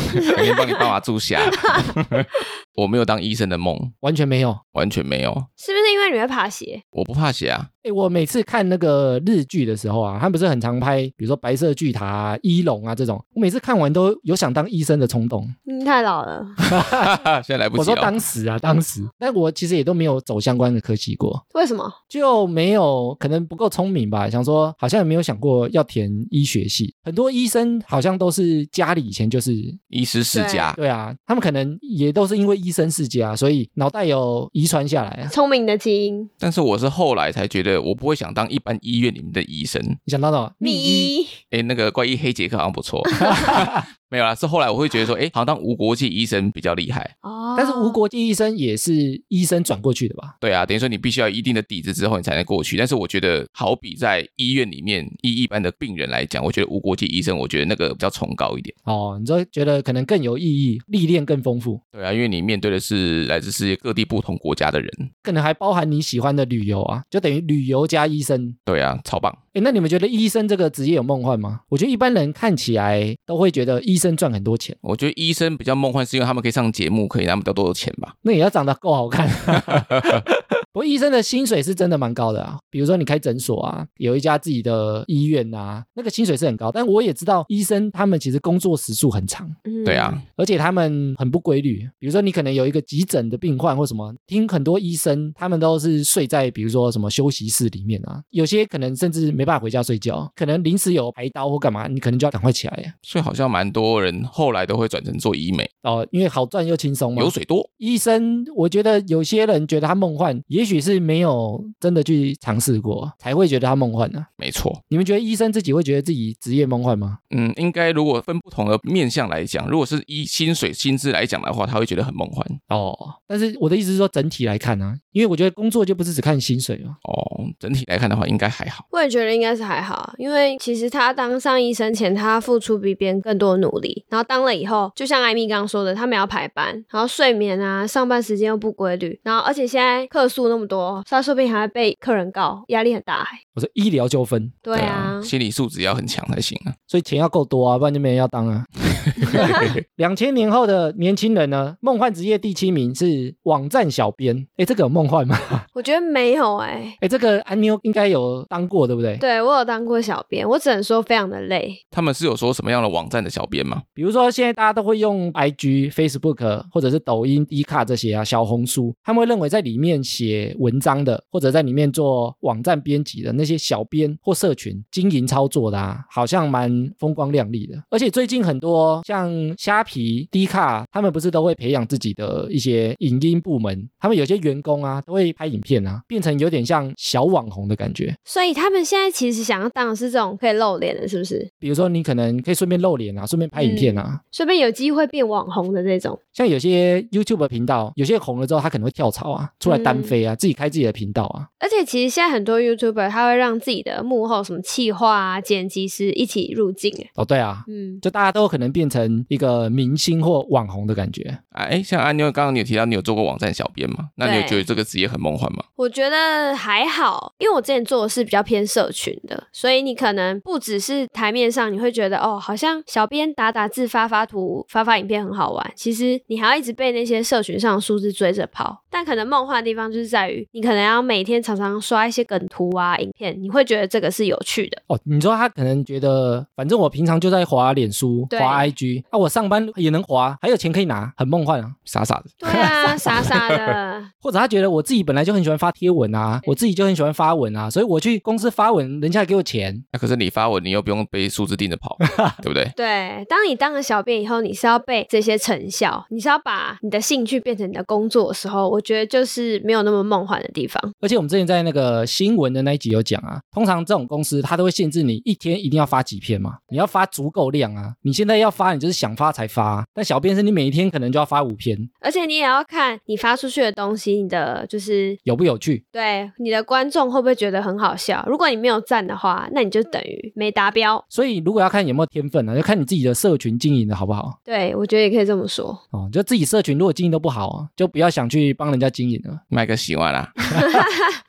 [SPEAKER 2] 定帮哎你爸妈 注下。我没有当医生的梦，
[SPEAKER 1] 完全没有。
[SPEAKER 2] 完全没有。
[SPEAKER 3] 是不是因为你会爬鞋？
[SPEAKER 2] 我不怕血 啊，
[SPEAKER 1] 哎，我每次看那个日剧的时候啊，他们不是很常拍，比如说《白色巨塔》啊、《一龙》啊这种，我每次看完都有想当医生的冲动。
[SPEAKER 3] 你嗯太老了，
[SPEAKER 2] 现在来不
[SPEAKER 1] 我
[SPEAKER 2] 及哦
[SPEAKER 1] 说
[SPEAKER 2] 了。
[SPEAKER 1] 当时啊，当时，但我其实也都没有走相关的科系过，
[SPEAKER 3] 为什么？
[SPEAKER 1] 就没有可能不够聪明吧，想说好像也没有想过要填医学系。很多医生好像都是家里以前就是，
[SPEAKER 2] 医师世家，
[SPEAKER 1] 对啊，他们可能也都是因为医生世家，所以脑袋有遗传下来啊。
[SPEAKER 3] 聪明的基因，
[SPEAKER 2] 但是我是后来才觉得，我不会想当一般医院里面的医生。
[SPEAKER 1] 你想到了
[SPEAKER 3] 密医
[SPEAKER 2] 哎，那个怪医黑杰克好像不 错，没有啦。是后来我会觉得说，哎，好像当无国界医生比较厉害。
[SPEAKER 3] 哦
[SPEAKER 1] 但是无国际医生也是医生转过去的吧？
[SPEAKER 2] 对啊，等于说你必须要有一定的底子之后，你才能过去。但是我觉得，好比在医院里面，以一般的病人来讲，我觉得无国界医生，我觉得那个比较崇高一点。
[SPEAKER 1] 哦，你就觉得可能更有意义，历练更丰富，
[SPEAKER 2] 对啊，因为你面对的是来自世界各地不同国家的人。
[SPEAKER 1] 可能还包含你喜欢的旅游啊，就等于旅游加医生，
[SPEAKER 2] 对啊，超棒。
[SPEAKER 1] 哎，那你们觉得医生这个职业有梦幻吗？我觉得一般人看起来都会觉得医生赚很多钱，
[SPEAKER 2] 我觉得医生比较梦幻，是因为他们可以上节目，可以拿比较多的钱吧。
[SPEAKER 1] 那也要长得够好看。不过医生的薪水是真的蛮高的啊，比如说你开诊所啊，有一家自己的医院啊，那个薪水是很高。但我也知道医生他们其实工作时数很长，
[SPEAKER 3] 嗯
[SPEAKER 2] 对啊，
[SPEAKER 1] 而且他们很不规律。比如说你可能有一个急诊的病患或什么，听很多医生他们都是睡在比如说什么休息室里面啊，有些可能甚至没办法回家睡觉，可能临时有排刀或干嘛，你可能就要赶快起来啊。
[SPEAKER 2] 所以好像蛮多人后来都会转成做医美，
[SPEAKER 1] 哦，因为好赚又轻
[SPEAKER 3] 嗯
[SPEAKER 1] 松嘛
[SPEAKER 2] 油。水多。
[SPEAKER 1] 医生，我觉得有些人觉得他梦幻，也许是没有真的去尝试过，才会觉得他梦幻呢、啊。
[SPEAKER 2] 没错，
[SPEAKER 1] 你们觉得医生自己会觉得自己职业梦幻吗？
[SPEAKER 2] 嗯，应该如果分不同的面向来讲，如果是以薪水薪资来讲的话，他会觉得很梦幻
[SPEAKER 1] 哦，但是我的意思是说整体来看啊，因为我觉得工作就不是只看薪水嘛。
[SPEAKER 2] 哦。整体来看的话，应该还好。
[SPEAKER 3] 我也觉得得应该是还好啊，因为其实他当上医生前，他付出比别人更多的努力，然后当了以后，就像艾米刚刚说的，他们要排班，然后睡眠啊，上班时间又不规律，然后而且现在客诉那么多，他说不定还会被客人告，压力很大、欸。
[SPEAKER 1] 我说医疗纠纷，
[SPEAKER 3] 对啊，
[SPEAKER 2] 心理素质要很强才行 啊。
[SPEAKER 1] 所以钱要够多啊，不然就没人要当啊。两千年后的年轻人呢，梦幻职业第七名是网站小编。哎，这个有梦幻吗？
[SPEAKER 3] 我觉得没有哎、
[SPEAKER 1] 哎，这个安妞应该有当过，对不对？
[SPEAKER 3] 对我有当过小编，我只能说非常的累。
[SPEAKER 2] 他们是有说什么样的网站的小编吗？
[SPEAKER 1] 比如说，现在大家都会用 IG、Facebook 或者是抖音、D 卡这些啊，小红书，他们会认为在里面写文章的，或者在里面做网站编辑的那些小编或社群经营操作的啊，好像蛮风光亮丽的。而且最近很多像虾皮、D 卡，他们不是都会培养自己的一些影音部门，他们有些员工啊都会拍影片啊，变成有点像小网红的感觉。
[SPEAKER 3] 所以他们现在其实想要当的是这种可以露脸的，是不是？
[SPEAKER 1] 比如说，你可能可以顺便露脸啊，顺便拍影片啊，
[SPEAKER 3] 顺便有机会变网红的这种。
[SPEAKER 1] 像有些 YouTube 频道，有些红了之后，他可能会跳槽啊，出来单飞啊，自己开自己的频道啊。
[SPEAKER 3] 而且其实现在很多 YouTuber 他会让自己的幕后什么企划啊、剪辑师一起入境，哎，
[SPEAKER 1] 哦，对啊，
[SPEAKER 3] 嗯，
[SPEAKER 1] 就大家都有可能变成一个明星或网红的感觉。
[SPEAKER 2] 啊，哎，像安妞刚刚你有提到你有做过网站小编嘛？那你有
[SPEAKER 3] 对
[SPEAKER 2] 觉得这个职业很梦幻吗？
[SPEAKER 3] 我觉得还好，因为我之前做的是比较偏社群的，所以你可能不只是台面上，你会觉得哦，好像小编打打字、发发图、发发影片很好玩，其实你还要一直被那些社群上的数字追着跑。但可能梦幻的地方就是在于，你可能要每天常常刷一些梗图啊、影片，你会觉得这个是有趣的。
[SPEAKER 1] 哦，你说他可能觉得，反正我平常就在滑脸书、
[SPEAKER 3] 对
[SPEAKER 1] 滑 IG，啊，我上班也能滑，还有钱可以拿，很梦幻啊。
[SPEAKER 2] 傻傻的，
[SPEAKER 3] 对 啊，傻傻的，
[SPEAKER 1] 或者他觉得我自己本来就很喜欢发贴文啊，我自己就很喜欢发文啊，所以我去公司发文，人家还给我钱。
[SPEAKER 2] 那、可是你发文，你又不用被数字盯着 跑，对不对？
[SPEAKER 3] 对。当你当了小编以后，你是要被这些成效，你是要把你的兴趣变成你的工作的时候，我觉得就是没有那么梦幻的地方。
[SPEAKER 1] 而且我们之前在那个新闻的那一集有讲啊，通常这种公司它都会限制你一天一定要发几篇嘛，你要发足够量啊。你现在要发，你就是想发才发、啊，但小编是你每一天可能就要发五篇，
[SPEAKER 3] 而且你也要看你发出去的东西，你的就是
[SPEAKER 1] 有不有趣？
[SPEAKER 3] 对你的观众会不会觉得很好笑。如果你没有赞的话，那你就等于没达标。
[SPEAKER 1] 所以如果要看有没有天分呢、啊，就看你自己的社群经营的好不好
[SPEAKER 3] 对我觉得也可以这么说。
[SPEAKER 1] 哦。就自己社群如果经营都不好啊，就不要想去帮人家经营了。
[SPEAKER 2] 麦克喜欢啊啦，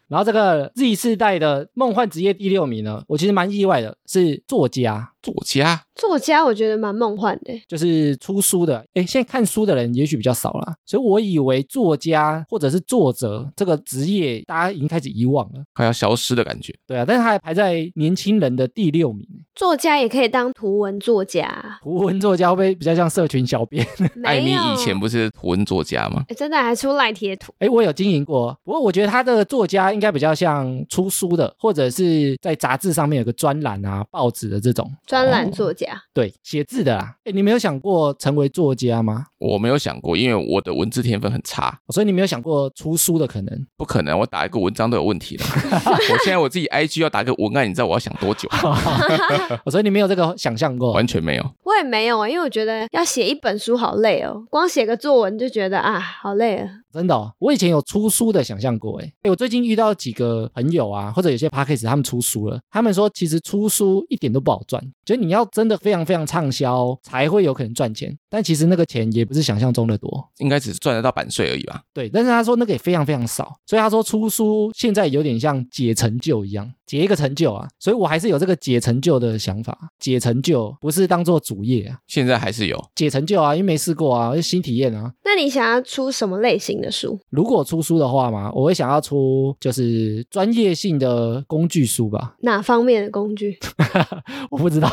[SPEAKER 1] 然后这个 Z 世代的梦幻职业第六名呢，我其实蛮意外的，是作家，
[SPEAKER 2] 作家
[SPEAKER 3] 作家我觉得蛮梦幻的，
[SPEAKER 1] 就是出书的。诶，现在看书的人也许比较少啦，所以我以为作家或者是作者这个职业，大家已经开始遗忘了。
[SPEAKER 2] 快要消失的感觉。
[SPEAKER 1] 对啊，但是他还排在年轻人的第六名。
[SPEAKER 3] 作家也可以当图文作家。
[SPEAKER 1] 图文作家会不会比较像社群小编？
[SPEAKER 2] 艾米
[SPEAKER 3] 没有，
[SPEAKER 2] 以前不是图文作家吗？
[SPEAKER 3] 诶真的还出赖贴图。
[SPEAKER 1] 诶，我有经营过，不过我觉得他的作家应该比较像出书的，或者是在杂志上面有个专栏啊、报纸的这种，
[SPEAKER 3] 专栏作家，
[SPEAKER 1] 对，写字的啦。诶，你没有想过成为作家吗？哦
[SPEAKER 2] 我没有想过，因为我的文字天分很差，
[SPEAKER 1] 所以你没有想过出书的可能？
[SPEAKER 2] 不可能，我打一个文章都有问题了。 我现在我自己 IG 要打一个文案，你知道我要想多久？
[SPEAKER 1] 哦所以你没有这个想象过
[SPEAKER 2] 完。全没有。
[SPEAKER 3] 我也没有啊，因为我觉得要写一本书好累哦，光写个作文就觉得啊，好累啊。
[SPEAKER 1] 真的、哦，我以前有出书的想象过，诶，诶我最近遇到几个朋友啊，或者有些 p a c k a g e 他们出书了，他们说其实出书一点都不好赚，就是你要真的非常非常畅销才会有可能赚钱，但其实那个钱也不是想象中的多。
[SPEAKER 2] 应该只是赚得到版税而已吧？
[SPEAKER 1] 对，但是他说那个也非常非常少，所以他说出书现在有点像解成就一样，解一个成就啊，所以我还是有这个解成就的想法，解成就不是当做主业啊，
[SPEAKER 2] 现在还是有，
[SPEAKER 1] 解成就啊，因为没试过啊，就新体验啊。
[SPEAKER 3] 那你想要出什么类型的书？
[SPEAKER 1] 如果出书的话嘛，我会想要出就是专业性的工具书吧，
[SPEAKER 3] 哪方面的工具？
[SPEAKER 1] 我不知道，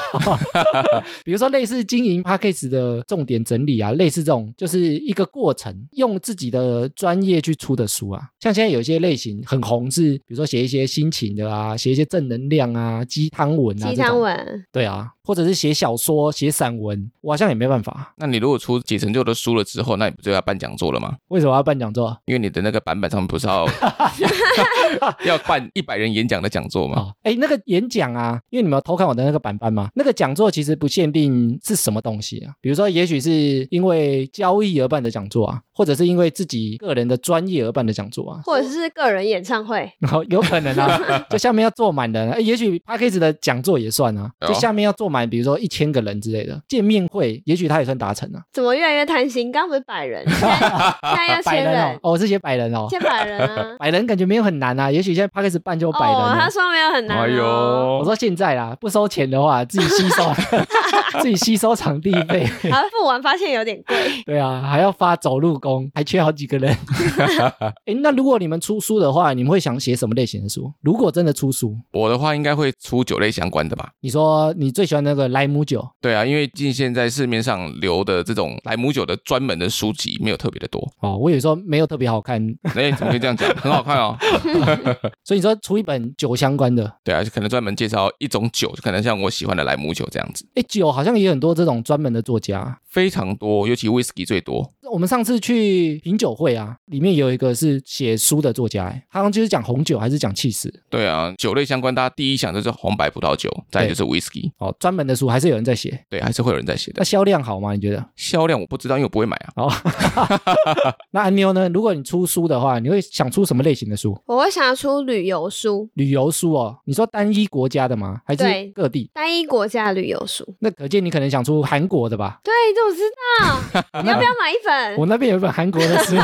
[SPEAKER 1] 比如说类似经营 p a c k a g e 的重点整理啊，类似这种就是一个过程，用自己的专业去出的书啊。像现在有一些类型很红是，比如说写一些心情的啊，写一些正能量啊，鸡汤文啊，
[SPEAKER 3] 鸡汤，文。
[SPEAKER 1] 对啊，或者是写小说、写散文，我好像也没办法。
[SPEAKER 2] 那你如果出解成就的书了之后，那你不就要办讲座了吗？
[SPEAKER 1] 为什么要办讲座？
[SPEAKER 2] 因为你的那个版本上面不是 要要办一百人演讲的讲座吗？
[SPEAKER 1] 哦，哎，那个演讲啊，因为你们有偷看我的那个版版嘛，那个讲座其实不限定是什么东西啊，比如说，也许是因为交易而办的讲座啊，或者是因为自己个人的专业而办的讲座啊，
[SPEAKER 3] 或者是个人演唱会，
[SPEAKER 1] 然后有可能啊，就下面要坐满人，诶也许 p a c k a g e 的讲座也算啊，就
[SPEAKER 2] 哦
[SPEAKER 1] 下面要坐满，比如说一千个人之类的见面会，也许他也算达成啊。
[SPEAKER 3] 怎么越来越贪心？刚不是百人，现 在现在要
[SPEAKER 1] 百
[SPEAKER 3] 千
[SPEAKER 1] 人哦
[SPEAKER 3] 人，，
[SPEAKER 1] 哦，我是写百人哦，
[SPEAKER 3] 千百人啊
[SPEAKER 1] ！百人感觉没有很难啊，也许现在 p a c k a g e 办就百人哎
[SPEAKER 3] 哦，
[SPEAKER 1] 了
[SPEAKER 3] 他。说没有很
[SPEAKER 2] 哎
[SPEAKER 3] 难哦，
[SPEAKER 1] 我说现在啦，不收钱的话，自己吸 收，自己吸收场地费。
[SPEAKER 3] 然后付完发现有点贵，
[SPEAKER 1] 对啊，还要发走路工，还缺好几个人。 哎，那如果你们出书的话，你们会想写什么类型的书？如果真的出书，
[SPEAKER 2] 我的话应该会出酒类相关的吧。
[SPEAKER 1] 你说你最喜欢那个莱姆酒，
[SPEAKER 2] 对啊，因为近现在市面上流的这种莱姆酒的专门的书籍没有特别的多，
[SPEAKER 1] 哦，我有时候没有特别好看，
[SPEAKER 2] 哎，怎么可以这样讲？很好看哦。
[SPEAKER 1] 所以你说出一本酒相关的，
[SPEAKER 2] 对啊，就可能专门介绍一种酒，就可能像我喜欢的莱姆酒这样子，
[SPEAKER 1] 哎，酒好像也有很多这种专门的作家。
[SPEAKER 2] 非常多，尤其 whisky 最多。
[SPEAKER 1] 我们上次去品酒会啊，里面有一个是写书的作家，诶他好像就是讲红酒还是讲气势
[SPEAKER 2] 对啊，酒类相关，大家第一想就是红白葡萄酒，再来就是 whisky。
[SPEAKER 1] 哦，专门的书还是有人在写。
[SPEAKER 2] 对，还是会有人在写的
[SPEAKER 1] 那。销量好吗？你觉得？
[SPEAKER 2] 销量我不知道，因为我不会买啊。
[SPEAKER 1] 哦，那安妞呢？如果你出书的话，你会想出什么类型的书？
[SPEAKER 3] 我会想要出旅游书，
[SPEAKER 1] 旅游书哦，你说单一国家的吗？还是
[SPEAKER 3] 对
[SPEAKER 1] 各地？
[SPEAKER 3] 单一国家旅游书。
[SPEAKER 1] 那可见你可能想出韩国的吧？
[SPEAKER 3] 对，这我知 道。你要不要买一本？
[SPEAKER 1] 我那边有一本韩国的书，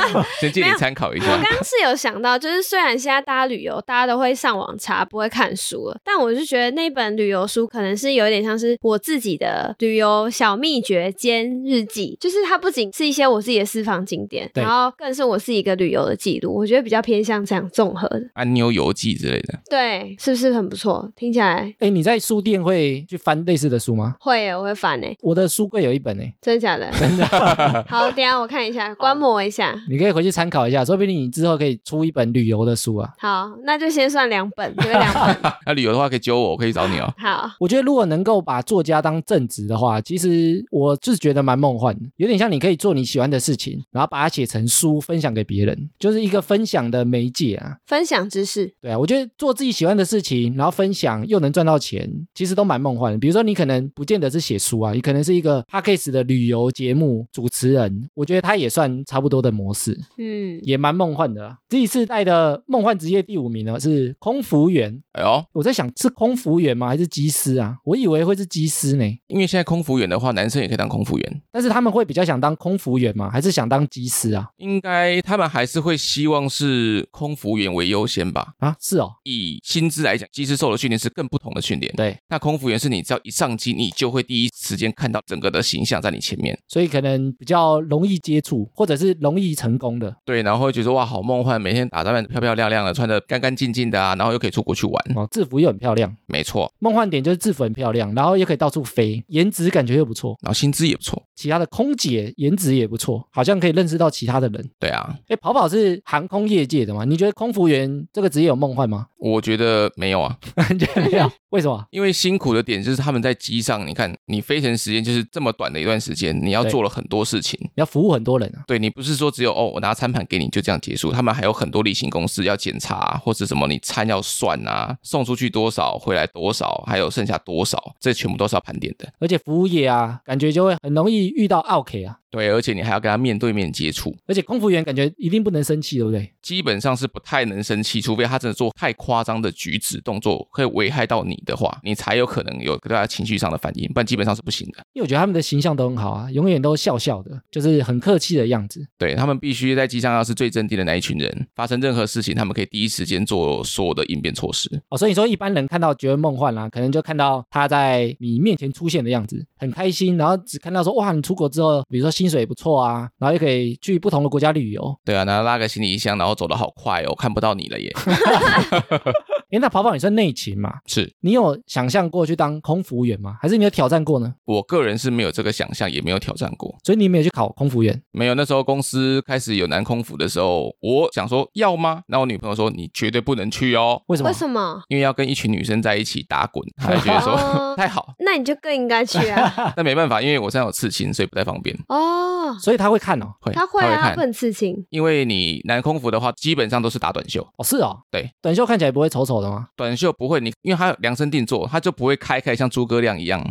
[SPEAKER 2] 先借
[SPEAKER 3] 没
[SPEAKER 2] 你
[SPEAKER 3] 有
[SPEAKER 2] 参考一
[SPEAKER 3] 我
[SPEAKER 2] 下
[SPEAKER 3] 刚。刚是有想到，就是虽然现在大家旅游，大家都会上网查，不会看书了，但我是觉得那本旅游书可能是有点像是我自己的旅游小秘诀兼日记，就是它不仅是一些我自己的私房景点，
[SPEAKER 1] 对
[SPEAKER 3] 然后更是我自己一个旅游的记录，我觉得比较偏向这样综合的，
[SPEAKER 2] 安妞游记之类的，
[SPEAKER 3] 对，是不是很不错？听起来
[SPEAKER 1] 哎，你在书店会去翻类似的书吗？
[SPEAKER 3] 会耶，我会烦哎，
[SPEAKER 1] 我的书柜有一本诶、
[SPEAKER 3] 真的假的？真的。 好，等一下我看一下，观摩一下。
[SPEAKER 1] 你可以回去参考一下，说不定你之后可以出一本旅游的书啊。
[SPEAKER 3] 好，那就先算两本，因为两 本。
[SPEAKER 2] 啊那旅游的话可以揪我，我可以找你哦。
[SPEAKER 3] 好，
[SPEAKER 1] 我觉得如果能够把作家当正职的话，其实我就是觉得蛮梦幻的，有点像你可以做你喜欢的事情，然后把它写成书分享给别人，就是一个分享的媒介啊。
[SPEAKER 3] 分享知识。
[SPEAKER 1] 对啊，我觉得做自己喜欢的事情，然后分享又能赚到钱，其实都蛮梦幻的。比如说，你可能不见得是写书啊，你可能是一个 podcast 的旅游节目主持人，我觉得他也算差不多的模式，
[SPEAKER 3] 嗯，
[SPEAKER 1] 也蛮梦幻的、啊。这一次带的梦幻职业第五名呢是空服员，
[SPEAKER 2] 哎呦，
[SPEAKER 1] 我在想是空服员吗？还是机师啊？我以为会是机师呢，
[SPEAKER 2] 因为现在空服员的话，男生也可以当空服员。
[SPEAKER 1] 但是他们会比较想当空服员吗？还是想当机师啊？
[SPEAKER 2] 应该他们还是会希望是空服员为优先吧。
[SPEAKER 1] 啊，是哦，
[SPEAKER 2] 以薪资来讲，技师受的训练是更不同的训练。
[SPEAKER 1] 对，
[SPEAKER 2] 那空服员是你只要一上机，你就会第一时间看到整个的形象在你前面，
[SPEAKER 1] 所以可能比较容易接触，或者是容易成功的。
[SPEAKER 2] 对，然后会觉得哇，好梦幻，每天打扮得漂漂亮亮的，穿得干干净净的啊，然后又可以出国去玩，
[SPEAKER 1] 哦，制服又很漂亮，
[SPEAKER 2] 没错，
[SPEAKER 1] 梦幻点就是制服很漂亮，然后又可以到处飞，颜值感觉又不错。
[SPEAKER 2] 然后薪资也不错，
[SPEAKER 1] 其他的空姐颜值也不错，好像可以认识到其他的人。
[SPEAKER 2] 对啊，
[SPEAKER 1] 哎，跑跑是航空业界的嘛？你觉得空服员这个职业有梦幻 吗？
[SPEAKER 2] 我觉得没有啊，
[SPEAKER 1] 你觉得没有？为什么？
[SPEAKER 2] 因为辛苦的点就是他们在机上，你看你飞行时间就是这么短的一段时间，你要
[SPEAKER 1] 对
[SPEAKER 2] 做了很多事情。
[SPEAKER 1] 你要服务很多人啊。
[SPEAKER 2] 对你不是说只有哦，我拿餐盘给你就这样结束，他们还有很多例行公事要检查、啊，或是什么你餐要算啊，送出去多少，回来多少，还有剩下多少，这全部都是要盘点的。
[SPEAKER 1] 而且服务业啊，感觉就会很容易遇到 OK 啊。
[SPEAKER 2] 对，而且你还要跟他面对面接触，
[SPEAKER 1] 而且空服员感觉一定不能生气，对不对？
[SPEAKER 2] 基本上是不太能生气，除非他真的做太夸张的举止动作，会危害到你的话，你才有可能有对他情绪上的反应，不然基本上是不行的。
[SPEAKER 1] 因为我觉得他们的形象都很好啊，永远都笑笑的，就是很客气的样子。
[SPEAKER 2] 对他们必须在机上要是最镇定的那一群人，发生任何事情，他们可以第一时间做所有的应变措施。
[SPEAKER 1] 哦，所以说一般人看到觉得梦幻啦、啊可能就看到他在你面前出现的样子，很开心，然后只看到说哇，你出国之后，比如说薪水也不错啊，然后又可以去不同的国家旅游。
[SPEAKER 2] 对啊，然后拉个行李箱，然后走得好快哦，看不到你了耶。
[SPEAKER 1] 诶，那跑跑你算内勤嘛？
[SPEAKER 2] 是
[SPEAKER 1] 你有想象过去当空服务员吗？还是你有挑战过呢？
[SPEAKER 2] 我个人是没有这个想象，也没有挑战过。
[SPEAKER 1] 所以你没有去考空服员，
[SPEAKER 2] 没有，那时候公司开始有男空服的时候，我想说要吗？那我女朋友说你绝对不能去哦，
[SPEAKER 1] 为什么？
[SPEAKER 3] 为什么？
[SPEAKER 2] 因为要跟一群女生在一起打滚，她就觉得说
[SPEAKER 3] 哦
[SPEAKER 2] 太 好。
[SPEAKER 3] 那你就更应该去 啊！
[SPEAKER 2] 但没办法，因为我身上有刺青，所以不太方便。
[SPEAKER 3] 哦，
[SPEAKER 1] 所以他会看哦，
[SPEAKER 2] 会，
[SPEAKER 3] 他会
[SPEAKER 2] 她
[SPEAKER 3] 啊，
[SPEAKER 2] 会
[SPEAKER 3] 不
[SPEAKER 2] 看。
[SPEAKER 3] 能刺青。
[SPEAKER 2] 因为你男空服的话，基本上都是打短袖，
[SPEAKER 1] 哦是哦，
[SPEAKER 2] 对，
[SPEAKER 1] 短袖看起来不会丑丑的 吗？
[SPEAKER 2] 短袖不会你，因为它量身定做，它就不会开开像诸葛亮一样，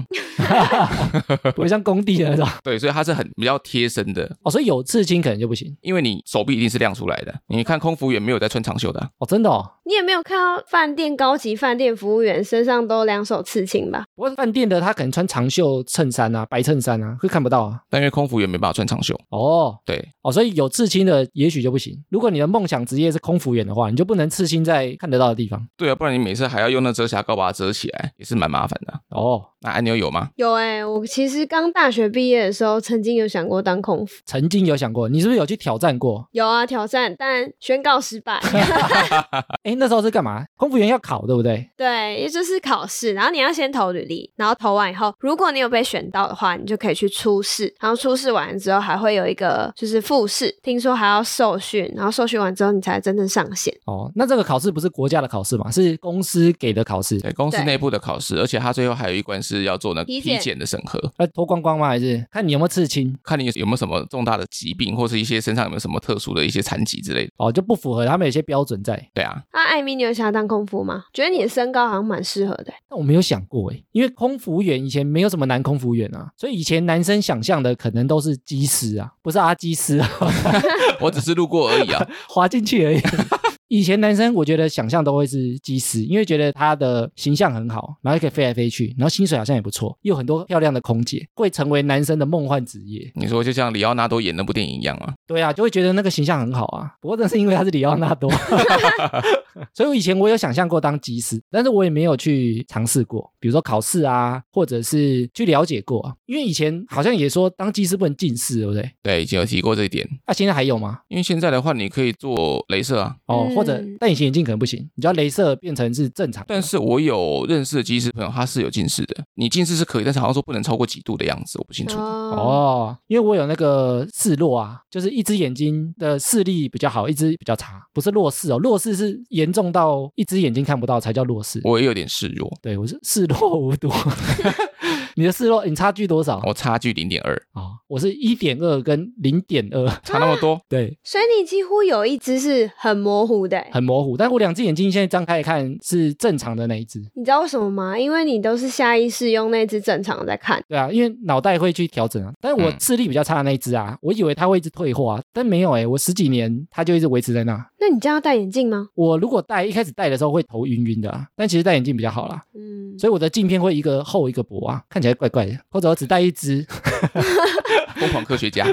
[SPEAKER 1] 不会像工地的那种
[SPEAKER 2] 对，所以它是很比较贴身的，
[SPEAKER 1] 哦，所以有刺青可能就不行
[SPEAKER 2] 因为你手臂一定是亮出来的。你看空服员没有在穿长袖的啊、
[SPEAKER 1] 哦，真的哦。
[SPEAKER 3] 你也没有看到饭店高级饭店服务员身上都两手刺青吧？
[SPEAKER 1] 不过饭店的他可能穿长袖衬衫啊、白衬衫啊，会看不到啊。
[SPEAKER 2] 但因为空服员没办法穿长袖，
[SPEAKER 1] 哦
[SPEAKER 2] 对，
[SPEAKER 1] 哦，所以有刺青的也许就不行。如果你的梦想职业是空服员的话，你就不能刺青在看得到的地方。
[SPEAKER 2] 对啊，不然你每次还要用那遮瑕膏把它遮起来，也是蛮麻烦的。啊
[SPEAKER 1] 哦，
[SPEAKER 2] 那按钮有吗？
[SPEAKER 3] 有哎、我其实刚大学毕业的时候，曾经有想过当空服，
[SPEAKER 1] 曾经有想过，你是不是有去挑战过？
[SPEAKER 3] 有啊挑战，但宣告失败。
[SPEAKER 1] 哎，那时候是干嘛？空服员要考对不对？
[SPEAKER 3] 对，也就是考试，然后你要先投履历，然后投完以后，如果你有被选到的话，你就可以去初试，然后初试完之后还会有一个就是复试，听说还要受训，然后受训完之后你才真正上线。
[SPEAKER 1] 哦，那这个考试不是国家的考试嘛，是公司给的考试。
[SPEAKER 2] 对，公司
[SPEAKER 3] 对
[SPEAKER 2] 内部的考试，而且它最后还有一关是要做那个
[SPEAKER 3] 体
[SPEAKER 2] 体
[SPEAKER 3] 检
[SPEAKER 2] 检的审核，
[SPEAKER 1] 要脱光光吗？还是看你有没有刺青？
[SPEAKER 2] 看你有没有什么重大的疾病，或是一些身上有没有什么特殊的一些残疾之类的。
[SPEAKER 1] 哦，就不符合他们有些标准在。
[SPEAKER 2] 对啊，
[SPEAKER 3] 那、艾米，你有想要当空服吗？觉得你的身高好像蛮适合的欸、
[SPEAKER 1] 但我没有想过诶，因为空服员以前没有什么男空服员啊，所以以前男生想象的可能都是机师啊，不是阿基师啊，
[SPEAKER 2] 我只是路过而已啊。
[SPEAKER 1] 滑进去 而已。以前男生我觉得想象都会是机师，因为觉得他的形象很好，然后也可以飞来飞去，然后薪水好像也不错，又有很多漂亮的空姐，会成为男生的梦幻职业。
[SPEAKER 2] 你说就像里奥纳多演那部电影一样啊，
[SPEAKER 1] 对啊，就会觉得那个形象很好啊。不过那是因为他是里奥纳 多，所以我以前我有想象过当技师，但是我也没有去尝试过，比如说考试啊，或者是去了解过啊。因为以前好像也说当技师不能近视，对不对？
[SPEAKER 2] 对，以前有提过这一点。
[SPEAKER 1] 那、现在还有吗？
[SPEAKER 2] 因为现在的话，你可以做镭射啊，
[SPEAKER 1] 哦，
[SPEAKER 3] 嗯
[SPEAKER 1] 或者戴隐形眼镜可能不行，你就要镭射变成是正常的。
[SPEAKER 2] 但是我有认识的技师朋友，他是有近视的。你近视是可以，但是好像说不能超过几度的样子，我不清楚。
[SPEAKER 3] 哦，
[SPEAKER 1] 哦，因为我有那个视弱啊，就是一只眼睛的视力比较好，一只比较差，不是弱视哦，弱视是严重到一只眼睛看不到才叫弱视。
[SPEAKER 2] 我也有点示弱，
[SPEAKER 1] 对，我是视若无睹。 你的视若，你差距多少啊、
[SPEAKER 2] 我差距零点二，
[SPEAKER 1] 哦我是一点二跟零点二，
[SPEAKER 2] 差那么 多。
[SPEAKER 1] 对，
[SPEAKER 3] 所以你几乎有一只是很模糊的欸、
[SPEAKER 1] 很模糊。但我两只眼睛现在张开来看是正常的那一只。
[SPEAKER 3] 你知道为什么吗？因为你都是下意识用那只正常在看。
[SPEAKER 1] 对啊，因为脑袋会去调整啊。但我
[SPEAKER 2] 嗯
[SPEAKER 1] 视力比较差的那一只啊，我以为它会一直退化，啊但没有诶、我十几年它就一直维持在那。
[SPEAKER 3] 那你这样要戴眼镜吗？
[SPEAKER 1] 我如果戴一开始戴的时候会头晕晕的啊，但其实戴眼镜比较好啦，
[SPEAKER 3] 嗯，
[SPEAKER 1] 所以我的镜片会一个厚一个薄啊，看起来怪怪的。或者我只戴一只，
[SPEAKER 2] 疯狂科学家，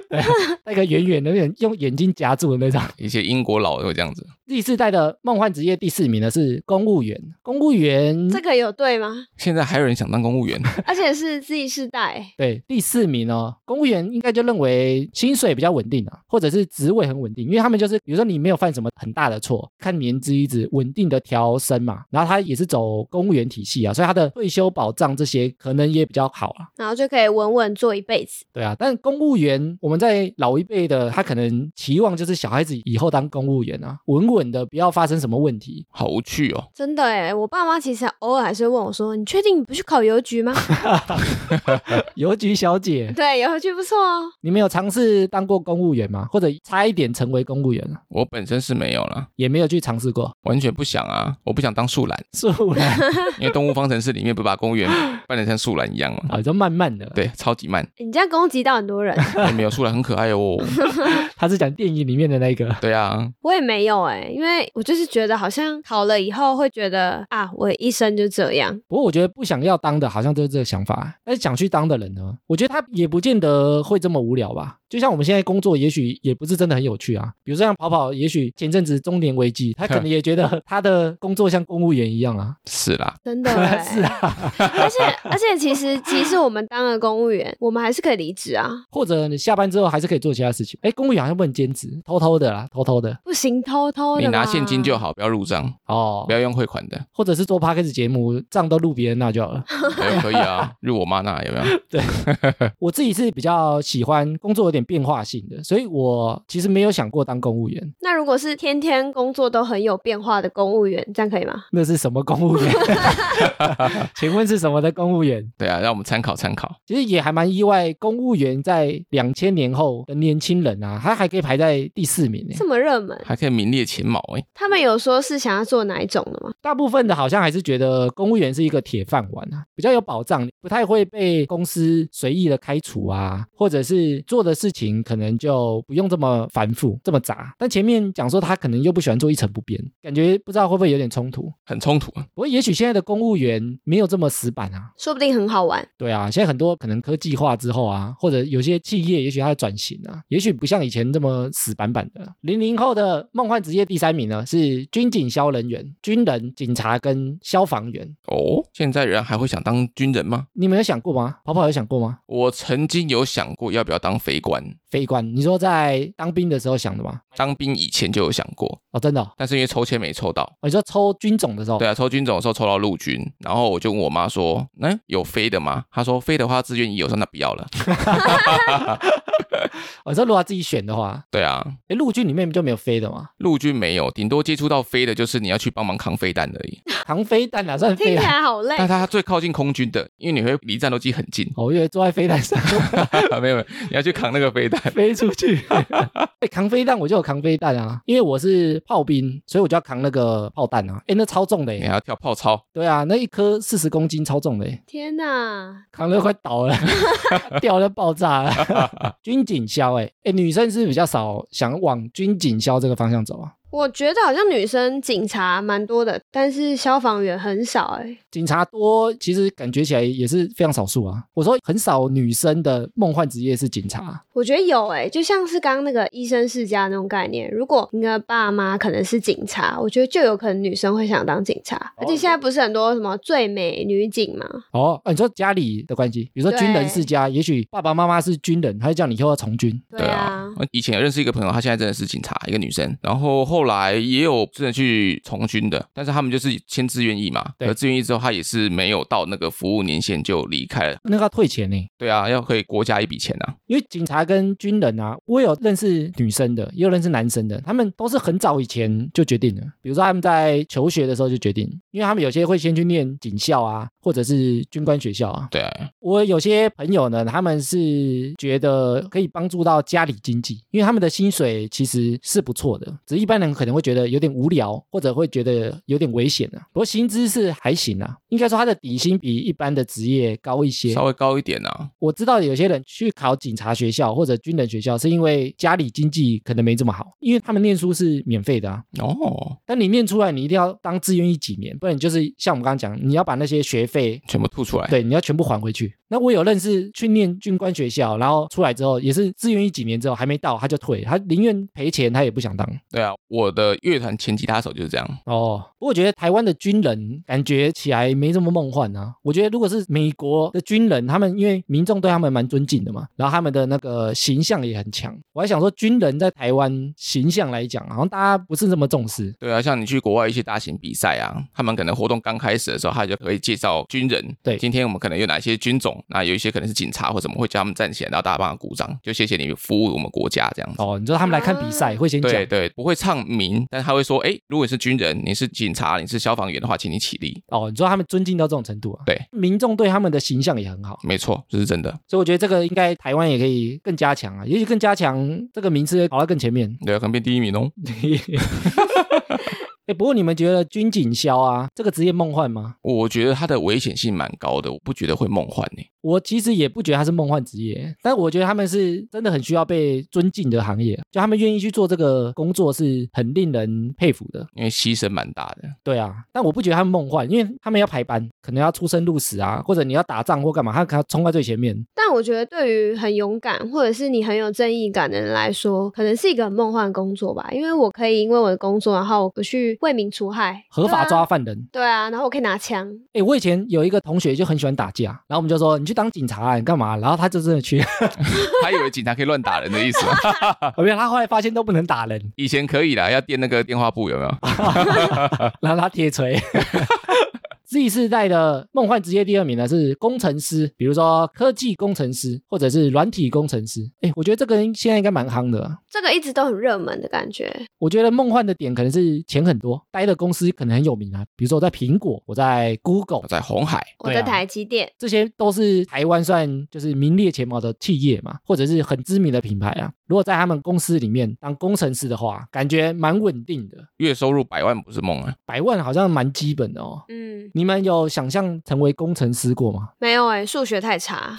[SPEAKER 1] 戴个圆圆的，有点用眼睛夹住的那种。
[SPEAKER 2] 一些英国佬会这样子，
[SPEAKER 1] 第四代的梦幻职业第四名呢是公务员，公务员
[SPEAKER 3] 这个有对吗？
[SPEAKER 2] 现在还有人想当公务员，
[SPEAKER 3] 而且是自己世代欸。
[SPEAKER 1] 对第四名哦，公务员应该就认为薪水比较稳定啊，或者是职位很稳定，因为他们就是比如说你没有犯什么很大的错，看年资一直稳定的调升嘛，然后他也是走公务员体系啊，所以他的退休保障这些可能也比较好啊。
[SPEAKER 3] 然后就可以稳稳做一辈子。
[SPEAKER 1] 对啊，但公务员我们在老一辈的，他可能期望就是小孩子以后当公务员啊，稳稳的，不要发生什么问题。
[SPEAKER 2] 好无趣哦。
[SPEAKER 3] 真的哎，我爸妈其实偶尔还是会问我说：“你确定你不去考邮局吗
[SPEAKER 1] 邮局小姐？” ，
[SPEAKER 3] 对，邮局不错哦。
[SPEAKER 1] 你们有尝试当过公务员吗？或者差一点成为公务员啊
[SPEAKER 2] 我本身是没有啦，
[SPEAKER 1] 也没有去尝试过。
[SPEAKER 2] 完全不想啊，我不想当树懒，
[SPEAKER 1] 素然
[SPEAKER 2] 因为《动物方程式》里面不把公务员扮得像树懒一样吗？
[SPEAKER 1] 啊，就慢慢的。，
[SPEAKER 2] 对，超级慢，
[SPEAKER 3] 欸你这样攻击到很多人，
[SPEAKER 2] 也没有树懒很可爱哦。
[SPEAKER 1] 他是讲电影里面的那个。
[SPEAKER 2] 对啊，
[SPEAKER 3] 我也没有哎，因为我就是觉得好像考了以后会觉得啊，我一生就这样。
[SPEAKER 1] 不过我觉得不想要当的，好像就是这个想法。但是想去当的人呢，我觉得他也不见得会这么无聊吧。就像我们现在工作，也许也不是真的很有趣啊。比如说像跑跑，也许前阵子中年危机，他可能也觉得他的工作像公务员一样啊。
[SPEAKER 2] 是啦，
[SPEAKER 3] 真的、欸、
[SPEAKER 1] 是啊，
[SPEAKER 3] 而且而且其实即使我们当了公务员，我们还是可以离职啊，
[SPEAKER 1] 或者你下班之后还是可以做其他事情。哎，公务员好像不能兼职，偷偷的啦，偷偷的
[SPEAKER 3] 不行，偷偷的
[SPEAKER 2] 你拿
[SPEAKER 3] 嘛
[SPEAKER 2] 现金就好，不要入账，
[SPEAKER 1] 哦
[SPEAKER 2] 不，要用汇款 的。
[SPEAKER 1] 或者是做 p a c k a g e 节目，账都录别人那就好了。
[SPEAKER 2] 哎、可以啊，入我妈那有没有？
[SPEAKER 1] 我自己是比较喜欢工作有点变化性的，所以我其实没有想过当公务员。
[SPEAKER 3] 那如果是天天工作都很有变化的公务员，这样可以吗？
[SPEAKER 1] 那是什么公务员？ 请问是什么的公务员？
[SPEAKER 2] 对啊，让我们参考参考。
[SPEAKER 1] 其实也还蛮意外，公务员在两千年后的年轻人啊，他还可以排在第四名
[SPEAKER 2] 嗯
[SPEAKER 1] 呢。
[SPEAKER 3] 这么热门，
[SPEAKER 2] 还可以名列前茅哎、
[SPEAKER 3] 他们有说是想要做哪一种的吗？
[SPEAKER 1] 大部分的好像还是觉得公务员是一个铁饭碗啊，比较有保障，不太会被公司随意的开除啊，或者是做的事情可能就不用这么繁复、这么杂。但前面讲说他可能又不喜欢做一成不变，感觉不知道会不会有点冲突。
[SPEAKER 2] 很冲突。啊
[SPEAKER 1] 不过也许现在的公务员没有这么死板啊，
[SPEAKER 3] 说不定很好玩。
[SPEAKER 1] 对啊，现在很多可能科技化之后啊，或者有些企业也许它的转型啊，也许不像以前这么死板板的。零零后的梦幻职业第三名呢是军警消人员、军人、警察跟消防员。
[SPEAKER 2] 哦，现在人还会想当军人吗？
[SPEAKER 1] 你们有想过吗？跑跑有想过吗？
[SPEAKER 2] 我曾经有想过要不要当飞官，
[SPEAKER 1] 飞官，你说在当兵的时候想的吗？
[SPEAKER 2] 当兵以前就有想过，
[SPEAKER 1] 哦，真的哦，
[SPEAKER 2] 但是因为抽签没抽到。
[SPEAKER 1] 哦你说抽军种的时候，
[SPEAKER 2] 对啊，抽军种的时候抽到陆军，然后我就问我妈说：“嗯，有飞的吗？”她说：“飞的话，自愿意有。”我说：“那不要了。
[SPEAKER 1] 哦，你说如果他自己选的话”，
[SPEAKER 2] 对啊，
[SPEAKER 1] 诶，陆军里面就没有飞的吗？
[SPEAKER 2] 陆军没有，顶多接触到飞的就是你要去帮忙扛飞弹而已。
[SPEAKER 1] 扛飞弹哪算
[SPEAKER 3] 听
[SPEAKER 1] 飞
[SPEAKER 3] 起
[SPEAKER 1] 啊？。
[SPEAKER 3] 来好累
[SPEAKER 2] 但，它最靠近空军的，因为你会离战斗机很近
[SPEAKER 1] 哦，我以为坐在飞弹上
[SPEAKER 2] 没有，没有，你要去扛那个飞弹。
[SPEAKER 1] 飞出去。 哎、扛飞弹我就有扛飞弹啊，因为我是炮兵，所以我就要扛那个炮弹啊。哎、那超重的
[SPEAKER 2] 你
[SPEAKER 1] 耶！
[SPEAKER 2] 还要跳炮操，
[SPEAKER 1] 对啊，那一颗四十公斤，超重的耶，
[SPEAKER 3] 天哪！
[SPEAKER 1] 扛的快倒了， 掉了爆炸了。 军警消，哎、哎，女生是不是比较少想往军警消这个方向走啊。
[SPEAKER 3] 我觉得好像女生警察蛮多的，但是消防员很少哎、
[SPEAKER 1] 警察多，其实感觉起来也是非常少数啊。我说很少女生的梦幻职业是警察啊，
[SPEAKER 3] 我觉得有哎、就像是刚刚那个医生世家那种概念。如果你的爸妈可能是警察，我觉得就有可能女生会想当警察。而且现在不是很多什么最美女警嘛？
[SPEAKER 1] 哦、啊你说家里的关系，比如说军人世家，也许爸爸妈妈是军人，他就叫你以后要从军。
[SPEAKER 3] 对啊，
[SPEAKER 2] 我哎以前有认识一个朋友，她现在真的是警察，一个女生。然后后来也有真的去从军的，但是他们就是签自愿意嘛。
[SPEAKER 1] 对
[SPEAKER 2] 而自愿意之后，她也是没有到那个服务年限就离开了。
[SPEAKER 1] 那个要退钱呢、欸
[SPEAKER 2] 对啊，要给国家一笔钱啊。
[SPEAKER 1] 因为警察跟军人啊，我有认识女生的，也有认识男生的，他们都是很早以前就决定了。比如说他们在求学的时候就决定，因为他们有些会先去念警校啊，或者是军官学校啊。
[SPEAKER 2] 对啊，
[SPEAKER 1] 我有些朋友呢，他们是觉得可以帮助到家里经济，因为他们的薪水其实是不错的，只是一般人可能会觉得有点无聊，或者会觉得有点危险啊。不过薪资是还行啊，应该说他的底薪比一般的职业高一些，
[SPEAKER 2] 稍微高一点啊。
[SPEAKER 1] 我知道有些人去考警察学校或者军人学校，是因为家里经济可能没这么好，因为他们念书是免费的啊。
[SPEAKER 2] 哦，
[SPEAKER 1] 但你念出来，你一定要当志愿役几年，不然你就是像我们刚刚讲，你要把那些学费。
[SPEAKER 2] 全部吐出来。
[SPEAKER 1] 对，你要全部还回去。那我有认识去念军官学校，然后出来之后也是志愿役几年之后还没到，他就退，他宁愿赔钱，他也不想当。
[SPEAKER 2] 对啊，我的乐团前吉他手就是这样。
[SPEAKER 1] 哦，不过我觉得台湾的军人感觉起来没这么梦幻啊。我觉得如果是美国的军人，他们因为民众对他们蛮尊敬的嘛，然后他们的那个形象也很强。我还想说，军人在台湾形象来讲，好像大家不是这么重视。
[SPEAKER 2] 对啊，像你去国外一些大型比赛啊，他们可能活动刚开始的时候，他就可以介绍军人。
[SPEAKER 1] 对
[SPEAKER 2] 今天我们可能有哪些军种，那有一些可能是警察或什么，会叫他们站起来，然后大家帮他鼓掌，就谢谢你服务我们国家这样子。
[SPEAKER 1] 哦，你说他们来看比赛、会先讲
[SPEAKER 2] 啊对对，不会唱名，但他会说，哎，如果你是军人，你是警察，你是消防员的话，请你起立。
[SPEAKER 1] 哦，你说他们尊敬到这种程度啊？
[SPEAKER 2] 对，
[SPEAKER 1] 民众对他们的形象也很好。
[SPEAKER 2] 没错，这是真的。
[SPEAKER 1] 所以我觉得这个应该台湾也可以更加强啊，也许更加强这个名次跑到更前 面。
[SPEAKER 2] 对啊，可能变第一名哦。
[SPEAKER 1] 哎，不过你们觉得军警消啊这个职业梦幻吗？
[SPEAKER 2] 我觉得它的危险性蛮高的，我不觉得会梦幻呢、
[SPEAKER 1] 我其实也不觉得它是梦幻职业，但我觉得他们是真的很需要被尊敬的行业，就他们愿意去做这个工作是很令人佩服的。
[SPEAKER 2] 因为牺牲蛮大的。
[SPEAKER 1] 对啊，但我不觉得他们梦幻，因为他们要排班，可能要出生入死啊，或者你要打仗或干嘛，他可能要冲在最前面。
[SPEAKER 3] 但我觉得，对于很勇敢或者是你很有正义感的人来说，可能是一个很梦幻的工作吧。因为我可以因为我的工作，然后我去为民除害，
[SPEAKER 1] 合法
[SPEAKER 3] 对啊
[SPEAKER 1] 抓犯人，
[SPEAKER 3] 对啊，然后我可以拿枪，
[SPEAKER 1] 哎、我以前有一个同学就很喜欢打架，然后我们就说你去当警察、啊，你干嘛？然后他就真的去，
[SPEAKER 2] 他以为警察可以乱打人的意思吗？啊
[SPEAKER 1] 没有，他后来发现都不能打人，
[SPEAKER 2] 以前可以啦，要垫那个电话簿有没有？
[SPEAKER 1] 然后他铁锤。Z 世代的梦幻职业第二名呢是工程师，比如说科技工程师或者是软体工程师。哎，我觉得这个现在应该蛮夯的啊。
[SPEAKER 3] 这个一直都很热门的感觉。
[SPEAKER 1] 我觉得梦幻的点可能是钱很多，待的公司可能很有名啊，比如说我在苹果，我在 Google，
[SPEAKER 2] 在红海，
[SPEAKER 3] 我
[SPEAKER 1] 对啊
[SPEAKER 3] 的台积电，
[SPEAKER 1] 这些都是台湾算就是名列前茅的企业嘛，或者是很知名的品牌啊。如果在他们公司里面当工程师的话，感觉蛮稳定的，
[SPEAKER 2] 月收入百万不是梦啊！
[SPEAKER 1] 百万好像蛮基本的哦。
[SPEAKER 3] 嗯，
[SPEAKER 1] 你们有想象成为工程师过吗？
[SPEAKER 3] 没有哎、数学太差，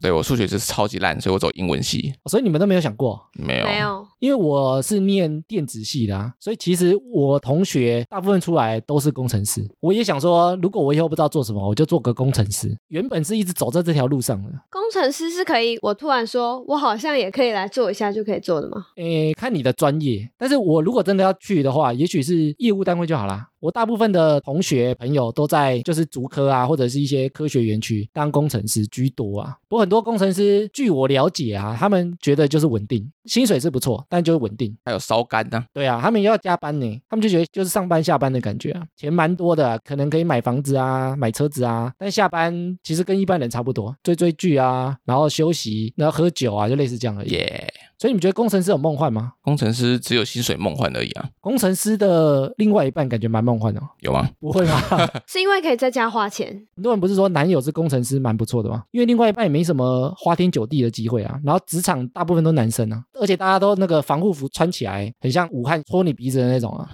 [SPEAKER 2] 对我数学是超级烂，所以我走英文系，
[SPEAKER 1] 所以你们都没有想过，
[SPEAKER 2] 没有。
[SPEAKER 3] 没有。
[SPEAKER 1] 因为我是念电子系的啊，所以其实我同学大部分出来都是工程师。我也想说，如果我以后不知道做什么，我就做个工程师。原本是一直走在这条路上的，
[SPEAKER 3] 工程师是可以，我突然说，我好像也可以来做一下就可以做的 吗？
[SPEAKER 1] 诶，看你的专业，但是我如果真的要去的话，也许是业务单位就好啦。我大部分的同学朋友都在就是竹科啊，或者是一些科学园区当工程师居多啊。不过很多工程师，据我了解啊，他们觉得就是稳定，薪水是不错，但就是稳定。
[SPEAKER 2] 还有烧干呢、
[SPEAKER 1] 对啊，他们也要加班呢，他们就觉得就是上班下班的感觉啊，钱蛮多的啊，可能可以买房子啊，买车子啊，但下班其实跟一般人差不多，追追剧啊，然后休息，然后喝酒啊，就类似这样而已。
[SPEAKER 2] 耶、
[SPEAKER 1] 所以你们觉得工程师有梦幻吗？
[SPEAKER 2] 工程师只有薪水梦幻而已啊，
[SPEAKER 1] 工程师的另外一半感觉蛮梦幻的、哦，
[SPEAKER 2] 有吗？
[SPEAKER 1] 不会吗？
[SPEAKER 3] 是因为可以在家花钱，
[SPEAKER 1] 很多人不是说男友是工程师蛮不错的吗？因为另外一半也没什么花天酒地的机会啊。然后职场大部分都男生啊，而且大家都那个防护服穿起来很像武汉戳你鼻子的那种啊，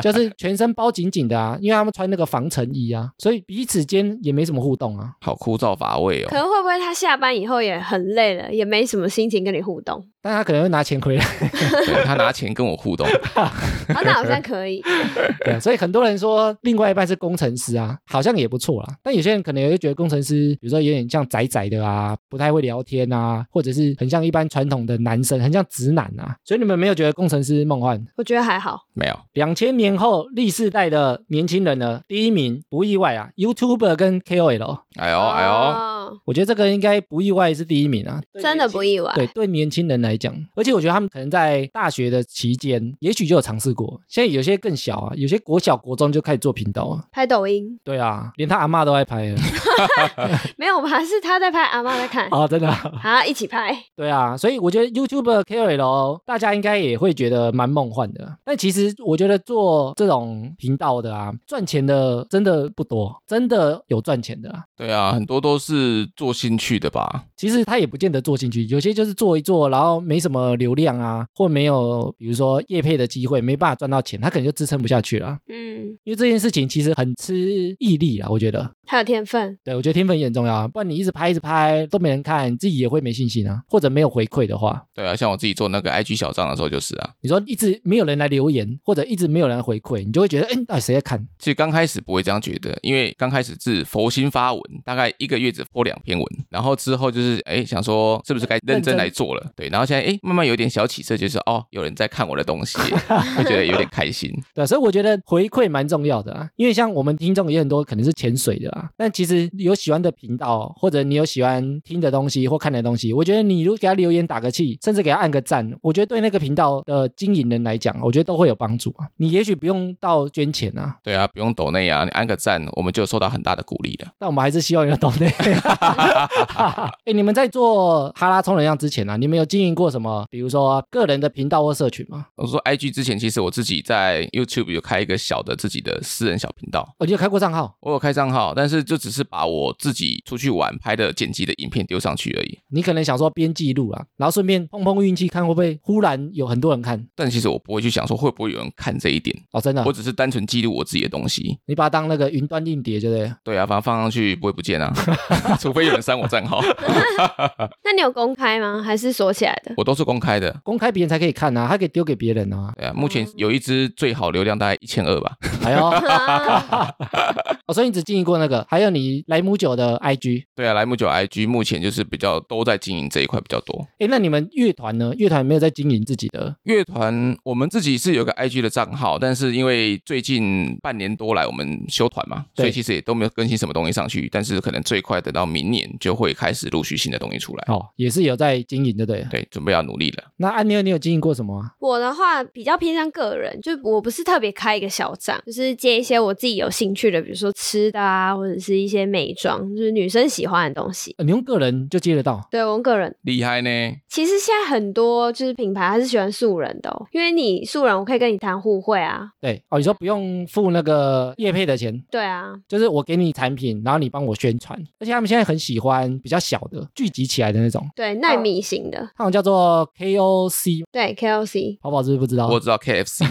[SPEAKER 1] 就是全身包紧紧的啊，因为他们穿那个防尘衣啊，所以彼此间也没什么互动啊。
[SPEAKER 2] 好枯燥乏味
[SPEAKER 3] 可
[SPEAKER 2] 哦。
[SPEAKER 3] 能会不会他下班以后也很累了，也没什么心情跟你互 动？
[SPEAKER 1] 但他可能会拿钱回来，
[SPEAKER 2] 对他拿钱跟我互动，
[SPEAKER 3] 啊，那好像可以。
[SPEAKER 1] 对啊，所以很多人说另外一半是工程师啊，好像也不错啦。但有些人可能也会觉得工程师，比如说有点像宅宅的啊，不太会聊天啊，或者是很像一般传统的男生，很像直男啊。所以你们没有觉得工程师梦幻？
[SPEAKER 3] 我觉得还好，
[SPEAKER 2] 没有。
[SPEAKER 1] 两千年后，历世代的年轻人呢，第一名不意外啊，YouTuber 跟 KOL，
[SPEAKER 2] 哎呦哎呦，
[SPEAKER 3] 哦，
[SPEAKER 1] 我觉得这个应该不意外是第一名啊。
[SPEAKER 3] 真的不意外。
[SPEAKER 1] 对，对年轻人来讲，而且我觉得他们可能在大学的期间，也许就有尝试过。现在有些更小啊，有些国小、国中就开始做频道啊。
[SPEAKER 3] 拍抖音
[SPEAKER 1] 对啊，连他阿嬷都爱 拍了
[SPEAKER 3] 没有吧？是他在拍，阿妈在看，
[SPEAKER 1] 啊，真的啊。
[SPEAKER 3] 啊，一起拍。
[SPEAKER 1] 对啊，所以我觉得 YouTube KOL 大家应该也会觉得蛮梦幻的。但其实我觉得做这种频道的啊，赚钱的真的不多，真的有赚钱的啊。
[SPEAKER 2] 对啊，很多都是做兴趣的吧？
[SPEAKER 1] 其实他也不见得做进去，有些就是做一做，然后没什么流量啊，或没有比如说业配的机会，没办法赚到钱，他可能就支撑不下去了。啊
[SPEAKER 3] 嗯，
[SPEAKER 1] 因为这件事情其实很吃毅力啊，我觉得。
[SPEAKER 3] 他有天分，
[SPEAKER 1] 对，我觉得天分也很重要啊，不然你一直拍一直拍都没人看，你自己也会没信心啊，或者没有回馈的话，
[SPEAKER 2] 对啊，像我自己做那个 IG 小账的时候就是啊，
[SPEAKER 1] 你说一直没有人来留言，或者一直没有人来回馈，你就会觉得，哎，到底谁在看？
[SPEAKER 2] 其实刚开始不会这样觉得，因为刚开始是佛心发文，大概一个月只播两篇文，然后之后就是哎想说是不是该认真来做了？对，然后现在哎慢慢有点小起色，就是哦有人在看我的东 西，就觉得有点开心。
[SPEAKER 1] 对，啊所以我觉得回馈蛮重要的啊，因为像我们听众也很多可能是潜水的啊，但其实有喜欢的频道，或者你有喜欢听的东西或看的东西，我觉得你如果给他留言打个气，甚至给他按个赞，我觉得对那个频道的经营人来讲，我觉得都会有帮助啊。你也许不用到捐钱啊，
[SPEAKER 2] 对啊，不用抖内啊，你按个赞，我们就受到很大的鼓励了。
[SPEAKER 1] 但我们还是希望有 懂的。哎、你们在做哈拉充能量之前啊，你们有经营过什么，比如说个人的频道或社群吗？
[SPEAKER 2] 我说 IG 之前，其实我自己在 YouTube 有开一个小的自己的私人小频道，
[SPEAKER 1] 哦，你有开过账号？
[SPEAKER 2] 我有开账号，但但是就只是把我自己出去玩拍的剪辑的影片丢上去而已。
[SPEAKER 1] 你可能想说编记录啊，然后顺便碰碰运气，看会不会忽然有很多人看
[SPEAKER 2] 但其实我不会去想说会不会有人看这一点，
[SPEAKER 1] 哦，真的
[SPEAKER 2] 我，只是单纯记录我自己的东西。
[SPEAKER 1] 你把它当那个云端硬碟，对不对了？
[SPEAKER 2] 对啊，反正放上去不会不见啊， 除非有人删我账号，
[SPEAKER 3] 那你有公开吗？还是锁起来 的？，
[SPEAKER 2] 我都是公开的。
[SPEAKER 1] 公开别人才可以看啊，还可以丢给别人啊。
[SPEAKER 2] 对啊，目前有一支最好流量大概一千二吧。
[SPEAKER 1] 还 有
[SPEAKER 3] 啊
[SPEAKER 1] 哦，所以你只经营过那个，还有你莱姆酒的 IG。
[SPEAKER 2] 对啊，莱姆酒 IG 目前就是比较都在经营这一块比较多。
[SPEAKER 1] 哎，那你们乐团呢？乐团没有在经营自己的，
[SPEAKER 2] 乐团我们自己是有个 IG 的账号，但是因为最近半年多来我们休团嘛，
[SPEAKER 1] 对
[SPEAKER 2] 所以其实也都没有更新什么东西上去。但是可能最快等到明年就会开始陆续新的东西出来。
[SPEAKER 1] 哦，也是有在经营，对不对了？
[SPEAKER 2] 对，准备要努力了。
[SPEAKER 1] 那安妞，你有经营过什么啊？
[SPEAKER 3] 我的话比较偏向个人，就我不是特别开一个小账，就是接一些我自己有兴趣的，比如说吃的啊，或者是一些美妆，就是女生喜欢的东西。
[SPEAKER 1] 呃你用个人就接得到，
[SPEAKER 3] 对我用个人，
[SPEAKER 2] 厉害呢！
[SPEAKER 3] 其实现在很多就是品牌还是喜欢素人的、哦，因为你素人，我可以跟你谈互惠啊。
[SPEAKER 1] 对哦，你说不用付那个业配的钱，
[SPEAKER 3] 对啊，
[SPEAKER 1] 就是我给你产品，然后你帮我宣传，而且他们现在很喜欢比较小的聚集起来的那种，
[SPEAKER 3] 对耐米型的，
[SPEAKER 1] 他们叫做 KOC，
[SPEAKER 3] 对 KLC，
[SPEAKER 1] 淘宝知不知道？
[SPEAKER 2] 我知 道 KFC，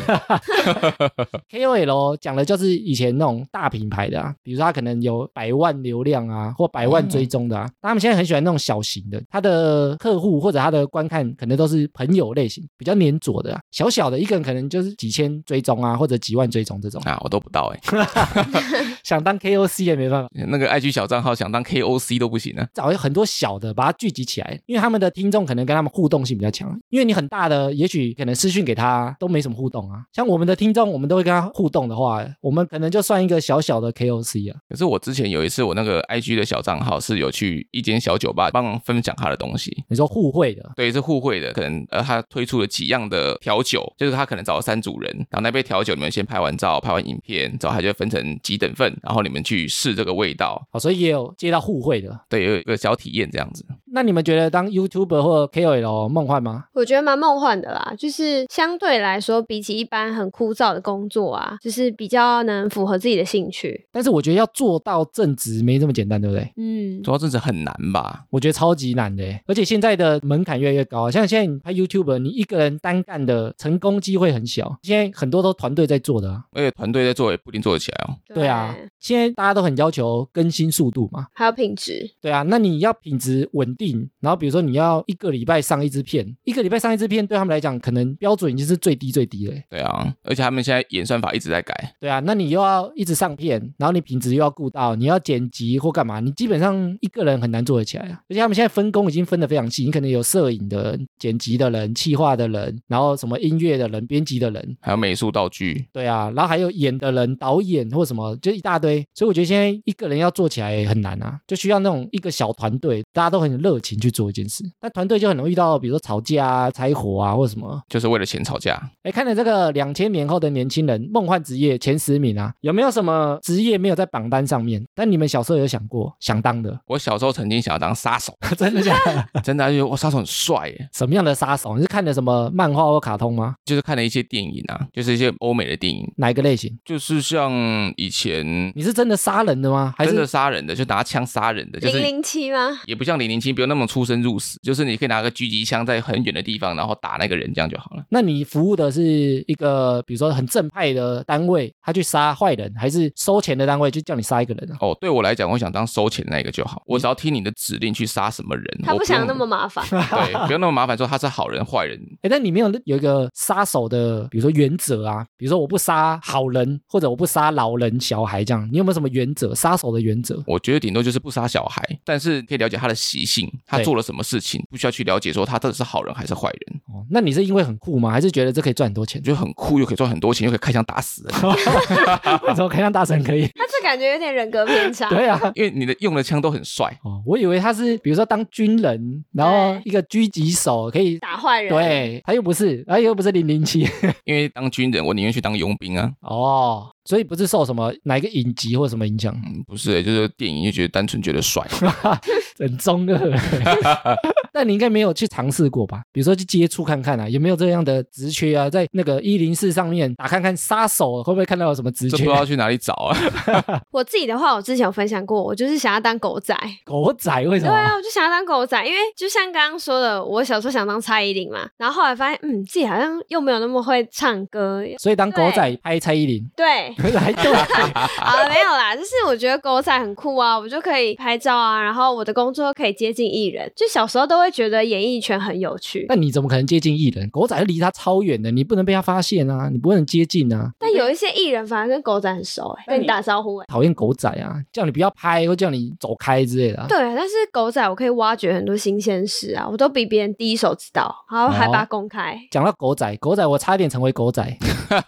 [SPEAKER 1] KOL 讲的就是以前那种大品牌的啊，比如说他可能有百万流量啊，或百万追踪的啊，但他们现在很喜欢那种小型的，他的客户或者他的观看可能都是朋友类型，比较粘着的、啊，小小的一个人可能就是几千追踪啊，或者几万追踪这种，
[SPEAKER 2] 啊，我都不到哎、
[SPEAKER 1] 想当 KOC 也没办法。
[SPEAKER 2] 那个 IG 小账号想当 KOC 都不行啊。
[SPEAKER 1] 找很多小的，把它聚集起来，因为他们的听众可能跟他们互动性比较强。因为你很大的，也许可能私讯给他都没什么互动啊。像我们的听众，我们都会跟他互动的话，我们可能就算一个小小的 KOC 啊。
[SPEAKER 2] 可是我之前有一次，我那个 IG 的小账号是有去一间小酒吧帮忙分享他的东西，
[SPEAKER 1] 你说互惠的，
[SPEAKER 2] 对，是互惠的。可能呃，他推出了几样的调酒，就是他可能找了三组人，然后那杯调酒你们先拍完照、拍完影片，之后他就分成几等份，然后你们去试这个味道，
[SPEAKER 1] 哦，所以也有接到互惠的。
[SPEAKER 2] 对，有一个小体验这样子。
[SPEAKER 1] 那你们觉得当 YouTuber 或 KOL 梦幻吗？
[SPEAKER 3] 我觉得蛮梦幻的啦。就是相对来说，比起一般很枯燥的工作啊，就是比较能符合自己的兴趣。
[SPEAKER 1] 但是我觉得要做到正职没这么简单，对不对？
[SPEAKER 3] 嗯，
[SPEAKER 2] 主要这是很难吧？
[SPEAKER 1] 我觉得超级难的耶，而且现在的门槛越来越高啊。像现在你拍 YouTuber，你一个人单干的成功机会很小。现在很多都团队在做的啊。
[SPEAKER 2] 而且团队在做也不一定做得起来哦。
[SPEAKER 1] 对啊，现在大家都很要求更新速度嘛。
[SPEAKER 3] 还有品质，
[SPEAKER 1] 对啊，那你要品质稳定，然后比如说你要一个礼拜上一支片，一个礼拜上一支片对他们来讲，可能标准已经是最低最低了耶。
[SPEAKER 2] 对啊，而且他们现在演算法一直在改，
[SPEAKER 1] 对啊，那你又要一直上片，然后你品质又要顾到，你要剪辑或干嘛，你基本上一个人很难做得起来啊。而且他们现在分工已经分得非常细，你可能有摄影的人、剪辑的人、企划的人，然后什么音乐的人、编辑的人，
[SPEAKER 2] 还有美术道具，
[SPEAKER 1] 对啊，然后还有演的人、导演或什么，就一大堆。所以我觉得现在一个人要做起来也很难啊，就需要那种一个小团队，大家都很有热情去做一件事。但团队就很容易遇到，比如说吵架啊、拆伙啊，或者什么。
[SPEAKER 2] 就是为了钱吵架。
[SPEAKER 1] 哎，看了这个两千年后的年轻人梦幻职业前十名啊，有没有什么职业没有在榜单上面？但你们小时候有想过想当的？
[SPEAKER 2] 我小时候曾经想要当杀手，
[SPEAKER 1] 真的假的？
[SPEAKER 2] 真的、啊、就觉得哇，杀手很帅耶。
[SPEAKER 1] 什么样的杀手？你是看的什么漫画或卡通吗？
[SPEAKER 2] 就是看了一些电影啊，就是一些欧美的电影，
[SPEAKER 1] 哪一个类型？
[SPEAKER 2] 就是像以前
[SPEAKER 1] 你是真的杀人的吗？还
[SPEAKER 2] 真的
[SPEAKER 1] 是
[SPEAKER 2] 杀人的，就拿枪杀人的，就
[SPEAKER 3] 零
[SPEAKER 2] 是
[SPEAKER 3] 零七吗？
[SPEAKER 2] 也不像零零七，不用那么出生入死，就是你可以拿个狙击枪在很远的地方，然后打那个人，这样就好了。
[SPEAKER 1] 那你服务的是一个，比如说很正派的单位，他去杀坏人，还是收钱的单位就叫你杀一个人啊？
[SPEAKER 2] 哦，对我来讲，我想当收钱那个就好，我只要听你的指令去杀什么人，
[SPEAKER 3] 他
[SPEAKER 2] 我
[SPEAKER 3] 不想
[SPEAKER 2] 用
[SPEAKER 3] 那么麻烦。
[SPEAKER 2] 对，不用那么麻烦，说他是好人坏人，
[SPEAKER 1] 哎，但你没有有一个杀手的，比如说原则啊，比如说我不杀好人，或者我不杀老人、小孩这样，你有没有什么原则？杀手的原则？
[SPEAKER 2] 我觉得顶多就是不杀小孩，但是可以了解他的习性，他
[SPEAKER 1] 对
[SPEAKER 2] 做了什么事 情，不需要去了解说他到底是好人还是坏人。
[SPEAKER 1] 哦，那你是因为很酷吗？还是觉得这可以赚很多钱
[SPEAKER 2] 我？觉得很酷，又可以赚很多钱，又可以开枪打死人，
[SPEAKER 1] 为什么开枪大神可 以？
[SPEAKER 3] 他这感觉有点人格偏差。
[SPEAKER 1] 对啊。
[SPEAKER 2] 因为你的用的枪都很帅。
[SPEAKER 1] 哦，我以为他是比如说当军人，然后
[SPEAKER 3] 对
[SPEAKER 1] 一个狙击手可以，
[SPEAKER 3] 打坏人，，
[SPEAKER 1] 对，他又不是，他又不是零零七
[SPEAKER 2] 因为当军人，我宁愿去当佣兵啊。
[SPEAKER 1] 哦，所以不是受什么哪一个影集或什么影 响，
[SPEAKER 2] 嗯，不是欸、就是电影就觉得单纯觉得帅。
[SPEAKER 1] 很中二。但你应该没有去尝试过吧？比如说去接触看看啊，有没有这样的职缺啊？在那个一零四上面打看看杀手会不会看到有什么职
[SPEAKER 2] 这不
[SPEAKER 1] 缺
[SPEAKER 2] 知
[SPEAKER 1] 啊、
[SPEAKER 2] 道去哪里找啊。
[SPEAKER 3] 我自己的话，我之前有分享过，我就是想要当狗仔。
[SPEAKER 1] 狗仔为什
[SPEAKER 3] 对
[SPEAKER 1] 么啊？
[SPEAKER 3] 啊，我就想要当狗仔，因为就像刚刚说的，我小时候想当蔡依林嘛，然后后来发现，嗯，自己好像又没有那么会唱歌。
[SPEAKER 1] 所以当狗仔拍蔡依林
[SPEAKER 3] 对，啊
[SPEAKER 1] 来对，
[SPEAKER 3] 好了，没有啦，就是我觉得狗仔很酷啊，我就可以拍照啊，然后我的工作可以接近艺人，就小时候都会觉得演艺圈很有趣。
[SPEAKER 1] 那你怎么可能接近艺人？狗仔离他超远的，你不能被他发现啊，你不能接近啊。
[SPEAKER 3] 但有一些艺人反而跟狗仔很熟、欸，跟你打招呼、欸，
[SPEAKER 1] 讨厌狗仔啊，叫你不要拍，或叫你走开之类的、啊。
[SPEAKER 3] 对，但是狗仔我可以挖掘很多新鲜事啊，我都比别人第一手知道，然后还把它公开，
[SPEAKER 1] 讲到狗仔，狗仔我差点成为狗仔。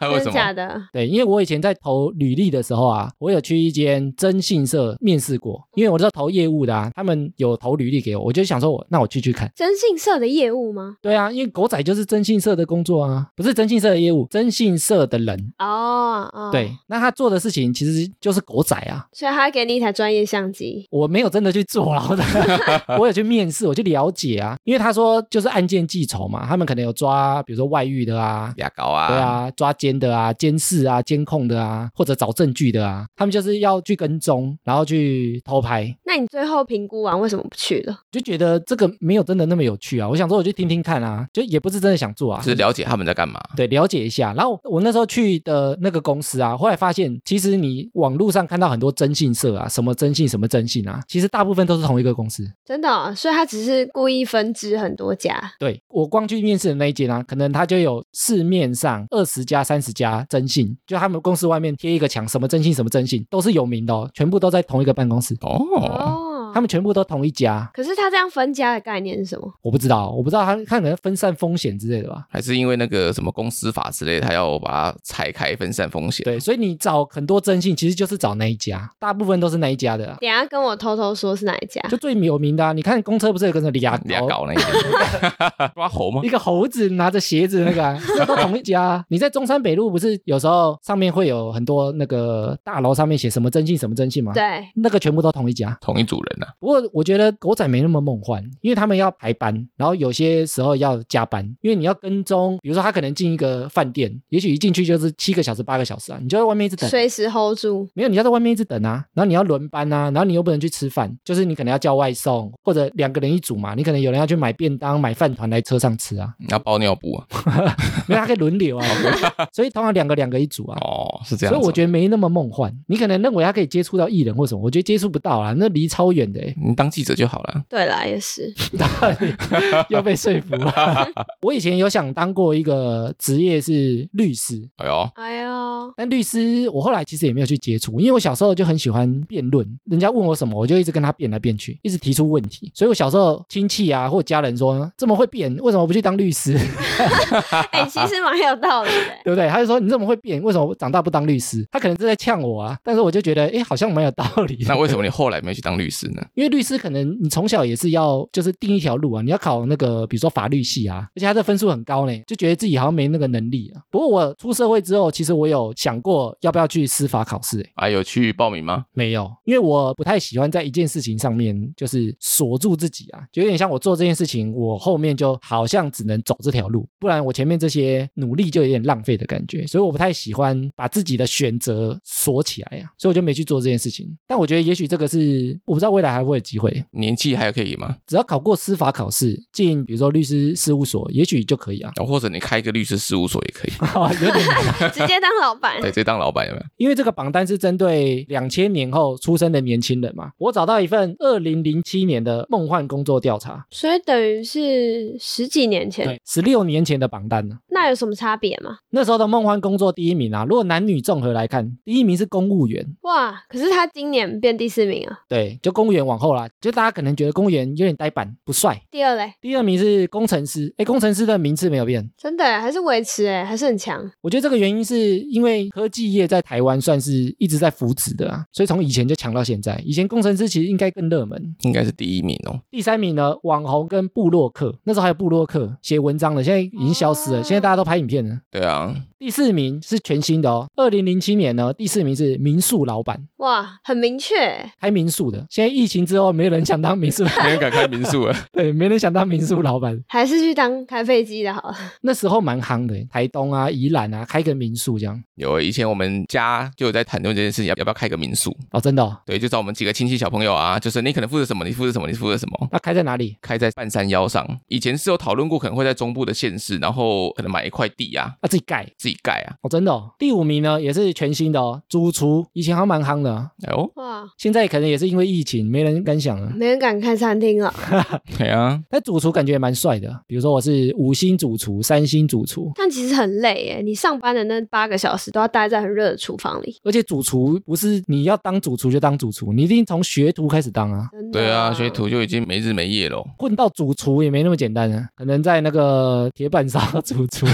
[SPEAKER 2] 为
[SPEAKER 3] 真
[SPEAKER 2] 什
[SPEAKER 3] 的
[SPEAKER 2] 么
[SPEAKER 3] 假？的？
[SPEAKER 1] 对，因为我以前在投履历的时候啊，我有去一间征信社面试过，因为我是投业务的啊，他们有投履历给我，我就想说我那我去去看。
[SPEAKER 3] 征信社的业务吗？
[SPEAKER 1] 对啊，因为狗仔就是征信社的工作啊，不是征信社的业务，征信社的人。
[SPEAKER 3] 哦，哦
[SPEAKER 1] 对，，那他做的事情其实就是狗仔啊，
[SPEAKER 3] 所以他会给你一台专业相机，
[SPEAKER 1] 我没有真的去做啦，我的我有去面试，我去了解啊，因为他说就是案件记仇嘛，他们可能有抓比如说外遇的啊，
[SPEAKER 2] 牙膏啊，
[SPEAKER 1] 对，啊，抓奸的啊，监视啊，监控的啊，或者找证据的啊，他们就是要去跟踪，然后去偷拍，
[SPEAKER 3] 那你最后评估完为什么不去了？
[SPEAKER 1] 就觉得这个没有真的那么有趣啊。我想说我去听听看啊，就也不是真的想做啊，
[SPEAKER 2] 就是了解他们在干嘛。
[SPEAKER 1] 对，了解一下。然后我那时候去的那个公司啊，后来发现，其实你网络上看到很多征信社啊，什么征信什么征信啊，其实大部分都是同一个公司。
[SPEAKER 3] 真的哦、所以他只是故意分支很多家，
[SPEAKER 1] 对我光去面试的那一间啊，可能他就有市面上二十家、三十家征信，就他们公司外面贴一个墙，什么征信什么征信都是有名的哦，全部都在同一个办公室，
[SPEAKER 2] 哦，
[SPEAKER 3] 哦
[SPEAKER 1] 他。们全部都同一家。
[SPEAKER 3] 可是他这样分家的概念是什么？
[SPEAKER 1] 我不知道，我不知道他看可能分散风险之类的吧。
[SPEAKER 2] 还是因为那个什么公司法之类的，他要把它拆开分散风险。
[SPEAKER 1] 对，所以你找很多征信，其实就是找那一家，大部分都是那一家的、啊。
[SPEAKER 3] 等一下跟我偷偷说是哪一家？
[SPEAKER 1] 就最有名的、啊，你看公车不是有个什么牙
[SPEAKER 2] 牙
[SPEAKER 1] 膏，
[SPEAKER 2] 膏那一 个抓猴吗
[SPEAKER 1] 一？个猴子拿着鞋子那个、啊，这都同一家啊、你在中山北路不是有时候上面会有很多那个大楼上面写什么征信什么征信吗？，
[SPEAKER 3] 对，
[SPEAKER 1] 那个全部都同一家。
[SPEAKER 2] 同一组人啊，
[SPEAKER 1] 不过我觉得狗仔没那么梦幻，因为他们要排班，然后有些时候要加班，因为你要跟踪，比如说他可能进一个饭店，也许一进去就是七个小时、八个小时啊，你就在外面一直等。
[SPEAKER 3] 随时 hold 住。
[SPEAKER 1] 没有，你要在外面一直等啊，然后你要轮班啊，然后你又不能去吃饭，就是你可能要叫外送，或者两个人一组嘛，你可能有人要去买便当、买饭团来车上吃啊，
[SPEAKER 2] 要包尿布啊。
[SPEAKER 1] 没有，他可以轮流啊， 所以通常两个两个一组啊。
[SPEAKER 2] 哦，是这样
[SPEAKER 1] 所以
[SPEAKER 2] 子哦。
[SPEAKER 1] 我觉得没那么梦幻，你可能认为他可以接触到艺人或什么，我觉得接触不到啊，那离超远的欸，
[SPEAKER 2] 你当记者就好了。
[SPEAKER 3] 对啦，也是。
[SPEAKER 1] 要被说服了。我以前有想当过一个职业是律师，
[SPEAKER 2] 哎呦，
[SPEAKER 3] 哎 呦，
[SPEAKER 1] 但律师我后来其实也没有去接触，因为我小时候就很喜欢辩论，人家问我什么，我就一直跟他辩来辩去，一直提出问题。所以我小时候亲戚啊或家人说这么会辩，为什么不去当律师？。
[SPEAKER 3] 哎、其实蛮有道理的
[SPEAKER 1] 对不对？他就说你这么会辩，为什么长大不当律师？他可能是在呛我啊，但是我就觉得哎好像蛮有道理的。
[SPEAKER 2] 那为什么你后来没有去当律师呢？
[SPEAKER 1] 因为律师可能你从小也是要就是定一条路啊，你要考那个比如说法律系啊，而且他的分数很高呢，就觉得自己好像没那个能力啊。不过我出社会之后，其实我有想过要不要去司法考试、欸，
[SPEAKER 2] 啊，有去报名吗？
[SPEAKER 1] 没有，因为我不太喜欢在一件事情上面就是锁住自己啊，就有点像我做这件事情，我后面就好像只能走这条路，不然我前面这些努力就有点浪费的感觉，所以我不太喜欢把自己的选择锁起来啊，所以我就没去做这件事情。但我觉得也许这个是我不知道未来还会有机会，
[SPEAKER 2] 年纪还可以吗？。
[SPEAKER 1] 只要考过司法考试，进比如说律师事务所，也许就可 以啊
[SPEAKER 2] 哦或者你开一个律师事务所也 可以，
[SPEAKER 1] 哦有点难
[SPEAKER 3] 直接当老 板
[SPEAKER 2] 对，，直接当老板有没有？
[SPEAKER 1] 因为这个榜单是针对两千年后出生的年轻人嘛，我找到一份二零零七年的梦幻工作调查，
[SPEAKER 3] 所以等于是十几年前。
[SPEAKER 1] 对，十六年前的榜单呢。
[SPEAKER 3] 那有什么差别吗？
[SPEAKER 1] 那时候的梦幻工作第一名啊，如果男女综合来看，第一名是公务员，
[SPEAKER 3] 哇，可是他今年变第四名啊。
[SPEAKER 1] 对，就公务员往后啦，就大家可能觉得公务员有点呆板不帅。
[SPEAKER 3] 第二嘞，
[SPEAKER 1] 第二名是工程师，哎，工程师的名次没有变，
[SPEAKER 3] 真的耶还是维持哎，还是很强。
[SPEAKER 1] 我觉得这个原因是因为科技业在台湾算是一直在扶植的啊，所以从以前就强到现在。以前工程师其实应该更热门。
[SPEAKER 2] 应该是第一名哦。
[SPEAKER 1] 第三名呢，网红跟部落客，那时候还有部落客写文章的，现在已经消失了，
[SPEAKER 3] 哦
[SPEAKER 1] 现在大家都拍影片了。
[SPEAKER 2] 对啊，
[SPEAKER 1] 第四名是全新的哦，二零零七年呢，第四名是民宿老板，
[SPEAKER 3] 哇，很明确，
[SPEAKER 1] 开民宿的。现在疫情之后，没人想当民宿，
[SPEAKER 2] 没人敢开民宿了。啊
[SPEAKER 1] 对，没人想当民宿老板。
[SPEAKER 3] 还是去当开飞机的好了。
[SPEAKER 1] 那时候蛮夯的，台东啊、宜兰啊，开个民宿这样。
[SPEAKER 2] 有以前我们家就有在谈论这件事情，要要不要开个民宿？
[SPEAKER 1] 哦，真的、哦？
[SPEAKER 2] 对，就找我们几个亲戚小朋友啊，就是你可能负责什么，你负责什么，你负责什么，
[SPEAKER 1] 那开在哪里？
[SPEAKER 2] 开在半山腰上。以前是有讨论过，可能会在中部的县市，然后可能买一块地啊，
[SPEAKER 1] 啊，自己盖。
[SPEAKER 2] 自己盖啊。
[SPEAKER 1] 哦，真的、哦。第五名呢，也是全新的哦，主厨，以前还蛮夯的啊，
[SPEAKER 2] 哎呦，
[SPEAKER 3] 哇，
[SPEAKER 1] 现在可能也是因为疫情，没人敢想了。
[SPEAKER 3] 没人敢开餐厅了，
[SPEAKER 2] 对啊，
[SPEAKER 1] 但主厨感觉也蛮帅的，哦比如说我是五星主厨、三星主厨，
[SPEAKER 3] 但其实很累耶。你上班的那八个小时都要待在很热的厨房里，
[SPEAKER 1] 而且主厨不是你要当主厨就当主厨，你一定从学徒开始当啊。
[SPEAKER 3] 真的
[SPEAKER 2] 对啊，学徒就已经没日没夜喽。
[SPEAKER 1] 混到主厨也没那么简单啊，可能在那个铁板烧主厨，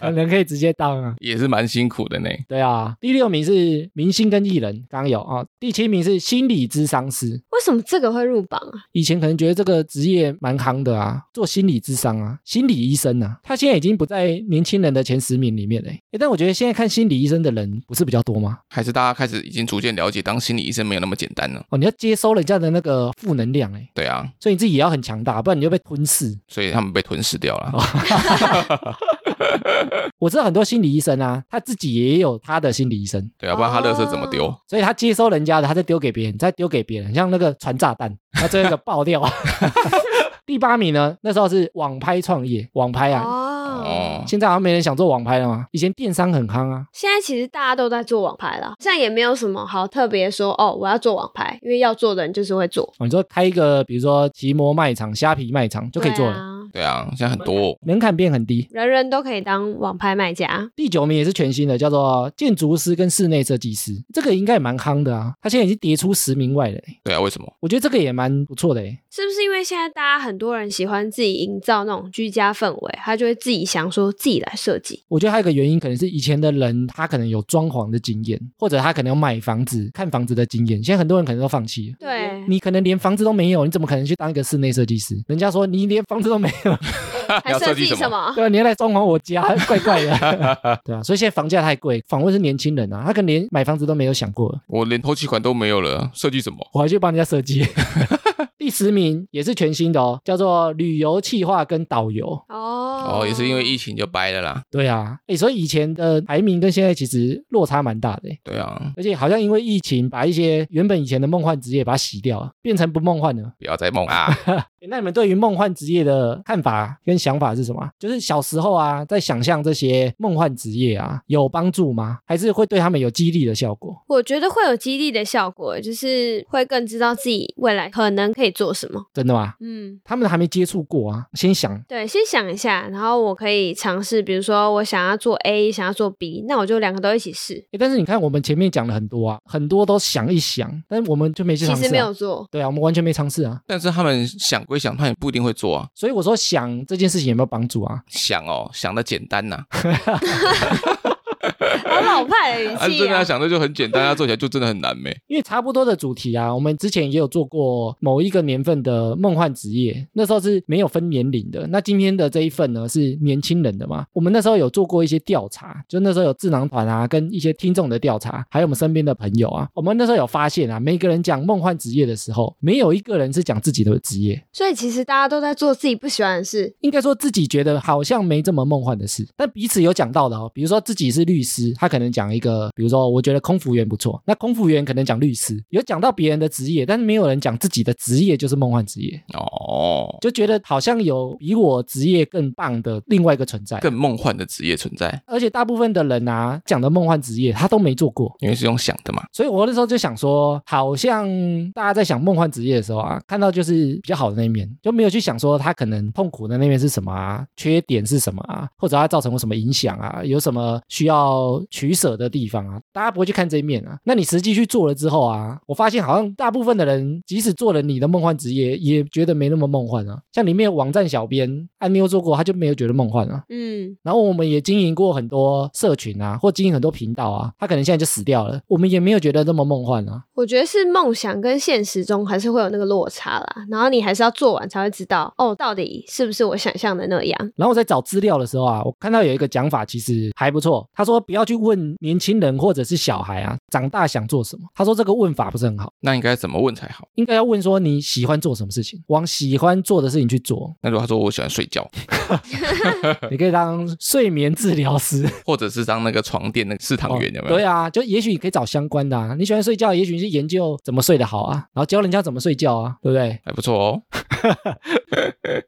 [SPEAKER 1] 可能可以直接当啊。
[SPEAKER 2] 也是蛮辛苦的呢。
[SPEAKER 1] 对啊，第六名是明星跟艺人，刚刚有啊、第七名是心理咨商师，
[SPEAKER 3] 为什么这个会入榜啊？
[SPEAKER 1] 以前可能觉得这个职业蛮夯的啊，做心理咨商啊，心理医生啊，他现在已经不在年轻人的前十名里面嘞。诶但我觉得现在看心理医生的人不是比较多吗？
[SPEAKER 2] 还是大家开始已经逐渐了解，当心理医生没有那么简单了。
[SPEAKER 1] 哦，你要接收人家的那个负能量诶，
[SPEAKER 2] 对啊，
[SPEAKER 1] 所以你自己也要很强大，不然你就被吞噬。
[SPEAKER 2] 所以他们被吞噬掉了。
[SPEAKER 1] 我知道很多心理医生啊，他自己也有他的心理医生，
[SPEAKER 2] 对啊，不然他垃圾怎么丢？
[SPEAKER 3] 哦
[SPEAKER 1] 所以他接收人家的，他再丢给别人，再丢给别人，像那个传炸弹，他最后一个爆掉。 第八名呢，那时候是网拍创业，网拍啊，
[SPEAKER 3] 哦，
[SPEAKER 2] 哦，
[SPEAKER 1] 现在好像没人想做网拍了嘛，以前电商很夯啊，
[SPEAKER 3] 现在其实大家都在做网拍了，现在也没有什么好特别说哦，我要做网拍，因为要做的人就是会做，
[SPEAKER 1] 哦，你说开一个，比如说奇摩卖场、虾皮卖场就可以做
[SPEAKER 3] 对
[SPEAKER 1] 了，
[SPEAKER 3] 啊
[SPEAKER 2] 对啊，现在很多哦
[SPEAKER 1] 门槛变很低。
[SPEAKER 3] 人人都可以当网拍卖家。
[SPEAKER 1] 第九名也是全新的，叫做建筑师跟室内设计师，这个应该也蛮夯的啊，他现在已经跌出十名外了欸、
[SPEAKER 2] 对啊，为什么？
[SPEAKER 1] 我觉得这个也蛮不错的、欸。
[SPEAKER 3] 是不是因为现在大家很多人喜欢自己营造那种居家氛围，他就会自己想说自己来设计？
[SPEAKER 1] 我觉得还有一个原因，可能是以前的人他可能有装潢的经验，或者他可能有买房子、看房子的经验，现在很多人可能都放弃了。
[SPEAKER 3] 对，
[SPEAKER 1] 你可能连房子都没有，你怎么可能去当一个室内设计师？人家说你连房子都没有，
[SPEAKER 3] 还
[SPEAKER 2] 要
[SPEAKER 3] 设
[SPEAKER 2] 设计
[SPEAKER 3] 计
[SPEAKER 2] 什
[SPEAKER 3] 什么？
[SPEAKER 1] 对啊吧、你要来装潢我家， 怪怪的，对啊，所以现在房价太贵。访问是年轻人啊，他可能连买房子都没有想过了，
[SPEAKER 2] 我连头期款都没有了，设计什么？
[SPEAKER 1] 我还去帮人家设计。第十名也是全新的哦，叫做旅游企划跟导游。
[SPEAKER 3] 哦
[SPEAKER 2] 哦，也是因为疫情就掰了啦。
[SPEAKER 1] 对啊，诶，所以以前的排名跟现在其实落差蛮大的诶。
[SPEAKER 2] 对啊，
[SPEAKER 1] 而且好像因为疫情，把一些原本以前的梦幻职业把它洗掉了，变成不梦幻了。
[SPEAKER 2] 不要再梦啊！
[SPEAKER 1] 诶那你们对于梦幻职业的看法跟想法是什么啊？就是小时候啊，在想象这些梦幻职业啊，有帮助吗？还是会对他们有激励的效果？
[SPEAKER 3] 我觉得会有激励的效果，就是会更知道自己未来可能可以做什么。
[SPEAKER 1] 真的吗？
[SPEAKER 3] 嗯，
[SPEAKER 1] 他们还没接触过啊，先想
[SPEAKER 3] 对，先想一下，然后我可以尝试，比如说我想要做 A，想要做 B，那我就两个都一起试。
[SPEAKER 1] 诶但是你看我们前面讲了很多啊，很多都想一想，但是我们就没去
[SPEAKER 3] 其
[SPEAKER 1] 尝试、
[SPEAKER 3] 实
[SPEAKER 1] 啊。
[SPEAKER 3] 没有做，
[SPEAKER 1] 对啊，我们完全没尝试啊，
[SPEAKER 2] 但是他们想归想，他也不一定会做啊。
[SPEAKER 1] 所以我说想这件事情有没有帮助啊？
[SPEAKER 2] 想哦，想的简单呐、
[SPEAKER 3] 好老派的语
[SPEAKER 2] 啊，
[SPEAKER 3] 气
[SPEAKER 2] 真的
[SPEAKER 3] 啊！
[SPEAKER 2] 要想的就很简单，要做起来就真的很难没。
[SPEAKER 1] 因为差不多的主题啊，我们之前也有做过某一个年份的梦幻职业，那时候是没有分年龄的。那今天的这一份呢是年轻人的嘛？我们那时候有做过一些调查，就那时候有智囊团啊，跟一些听众的调查，还有我们身边的朋友啊，我们那时候有发现啊，每个人讲梦幻职业的时候，没有一个人是讲自己的职业。
[SPEAKER 3] 所以其实大家都在做自己不喜欢的事，
[SPEAKER 1] 应该说自己觉得好像没这么梦幻的事，但彼此有讲到的哦。比如说自己是律师，他可能讲一个，比如说我觉得空服员不错，那空服员可能讲律师，有讲到别人的职业，但是没有人讲自己的职业就是梦幻职业，
[SPEAKER 2] 哦，
[SPEAKER 1] 就觉得好像有比我职业更棒的另外一个存在。
[SPEAKER 2] 更梦幻的职业存在，
[SPEAKER 1] 而且大部分的人啊讲的梦幻职业，他都没做过。
[SPEAKER 2] 因为是用想的嘛。
[SPEAKER 1] 所以我那时候就想说，好像大家在想梦幻职业的时候啊，看到就是比较好的那一面，就没有去想说他可能痛苦的那面是什么啊，缺点是什么啊，或者他造成过什么影响啊，有什么需要要取舍的地方啊，大家不会去看这一面啊。那你实际去做了之后啊，我发现好像大部分的人，即使做了你的梦幻职业，也觉得没那么梦幻啊。像里面网站小编按妞做过，他就没有觉得梦幻啊。
[SPEAKER 3] 嗯，
[SPEAKER 1] 然后我们也经营过很多社群啊，或经营很多频道啊，他可能现在就死掉了，我们也没有觉得那么梦幻啊。
[SPEAKER 3] 我觉得是梦想跟现实中还是会有那个落差啦，然后你还是要做完才会知道，哦，到底是不是我想象的那样。
[SPEAKER 1] 然后我在找资料的时候啊，我看到有一个讲法，其实还不错。他说不要去问年轻人或者是小孩啊，长大想做什么。他说这个问法不是很好，
[SPEAKER 2] 那应该怎么问才好？
[SPEAKER 1] 应该要问说你喜欢做什么事情，往喜欢做的事情去 做。
[SPEAKER 2] 那如果他说我喜欢睡觉，
[SPEAKER 1] 你可以当睡眠治疗师，
[SPEAKER 2] 或者是当那个床垫那个试躺员有没有？
[SPEAKER 1] 对啊，就也许你可以找相关的啊。你喜欢睡觉，也许你是研究怎么睡得好啊，然后教人家怎么睡觉啊，对不对？
[SPEAKER 2] 还不错哦。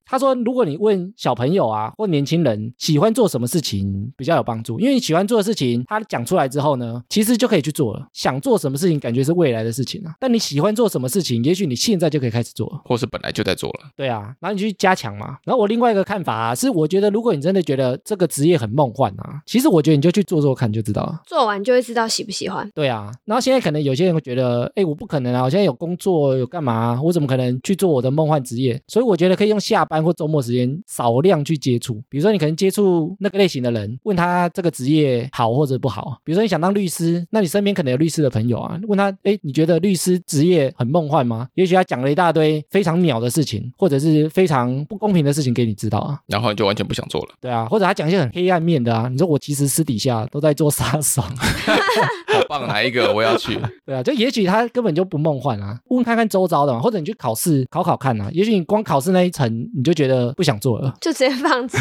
[SPEAKER 1] 他说，如果你问小朋友啊或年轻人喜欢做什么事情比较有帮助，因为你喜欢做的事情，他讲出来之后呢，其实就可以去做了。想做什么事情，感觉是未来的事情啊。但你喜欢做什么事情，也许你现在就可以开始做了。
[SPEAKER 2] 或是本来就在做了，
[SPEAKER 1] 对啊，然后你去加强嘛。然后我另外一个看法啊，是我觉得如果你真的觉得这个职业很梦幻啊，其实我觉得你就去做做看就知道了。
[SPEAKER 3] 做完就会知道喜不喜欢。
[SPEAKER 1] 对啊，然后现在可能有些人会觉得，哎，我不可能啊，我现在有工作有干嘛啊、我怎么可能去做我的梦幻职业？所以我觉得可以用下班或周末时间少量去接触，比如说你可能接触那个类型的人，问他这个职业好或者不好。比如说你想当律师，那你身边可能有律师的朋友啊，问他，哎，你觉得律师职业很梦幻吗？也许他讲了一大堆非常鸟的事情，或者是非常不公平的事情给你知道啊。
[SPEAKER 2] 然后你就完全不想做了，
[SPEAKER 1] 对
[SPEAKER 2] 对
[SPEAKER 1] 啊，或者他讲一些很黑暗面的啊，你说我其实私底下都在做 杀手。
[SPEAKER 2] 好棒，哪一个我要去？
[SPEAKER 1] 对啊，就也许他根本就不梦幻啊，问看看周遭的嘛，或者你去考试考考看啊，也许你光考试那一层你就觉得不想做了，
[SPEAKER 3] 就直接 放弃，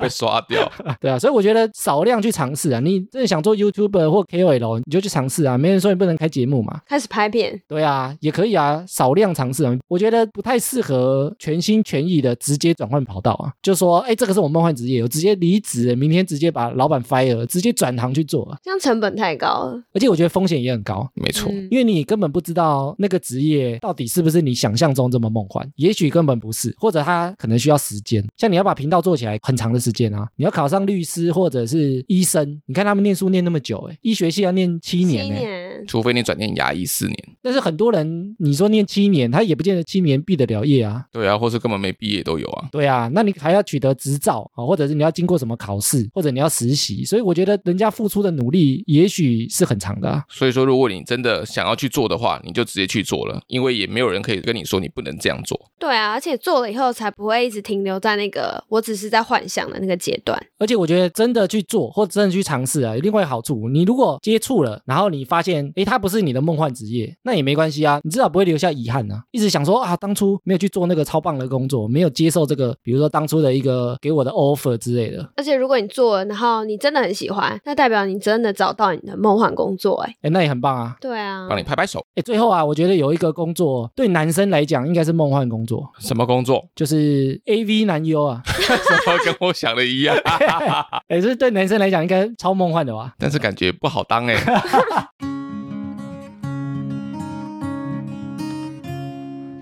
[SPEAKER 2] 被刷掉，
[SPEAKER 1] 对啊，所以我觉得少量去尝试啊，你真的想做 YouTuber 或 KOL，你就去尝试啊，没人说你不能开节目嘛，
[SPEAKER 3] 开始拍片。
[SPEAKER 1] 对啊，也可以啊，少量尝试啊，我觉得不太适合全心全意的直接转换跑道啊，就说哎，这个是我梦幻职业，我直接离职，明天直接把老板 fire，直接转行去做啊，
[SPEAKER 3] 这样成本太高了，
[SPEAKER 1] 而且我觉得风险也很高，
[SPEAKER 2] 没错。
[SPEAKER 3] 嗯
[SPEAKER 1] 因为你根本不知道那个职业到底是不是你想象中这么梦幻，也许根本不是，或者它可能需要时间。像你要把频道做起来，很长的时间啊，你要考上律师或者是医生，你看他们念书念那么久、欸，医学系要念七年、欸，
[SPEAKER 3] 七年
[SPEAKER 2] 除非你转念牙医四年，
[SPEAKER 1] 但是很多人你说念七年，他也不见得七年毕得了业啊。
[SPEAKER 2] 对啊，或是根本没毕业都有啊。
[SPEAKER 1] 对啊，那你还要取得执照啊，或者是你要经过什么考试，或者你要实习，所以我觉得人家付出的努力也许是很长的、啊。
[SPEAKER 2] 所以说，如果你真的想要去做的话，你就直接去做了，因为也没有人可以跟你说你不能这样做。
[SPEAKER 3] 对啊，而且做了以后才不会一直停留在那个我只是在幻想的那个阶段。
[SPEAKER 1] 而且我觉得真的去做或真的去尝试啊，有另外一个好处，你如果接触了，然后你发现，诶，它不是你的梦幻职业，那也没关系啊，你至少不会留下遗憾啊。一直想说啊，当初没有去做那个超棒的工作，没有接受这个，比如说当初的一个给我的 offer 之类的，
[SPEAKER 3] 而且如果你做了，然后你真的很喜欢，那代表你真的找到你的梦幻工作、欸。哎，
[SPEAKER 1] 诶，那也很棒啊。
[SPEAKER 3] 对啊，
[SPEAKER 2] 帮你拍拍手，
[SPEAKER 1] 诶，最后啊，我觉得有一个工作对男生来讲应该是梦幻工作，
[SPEAKER 2] 什么工作？
[SPEAKER 1] 就是 AV 男优啊，
[SPEAKER 2] 什么跟我想的一样？
[SPEAKER 1] 诶，这对男生来讲应该超梦幻的吧？
[SPEAKER 2] 但是感觉不好当哎、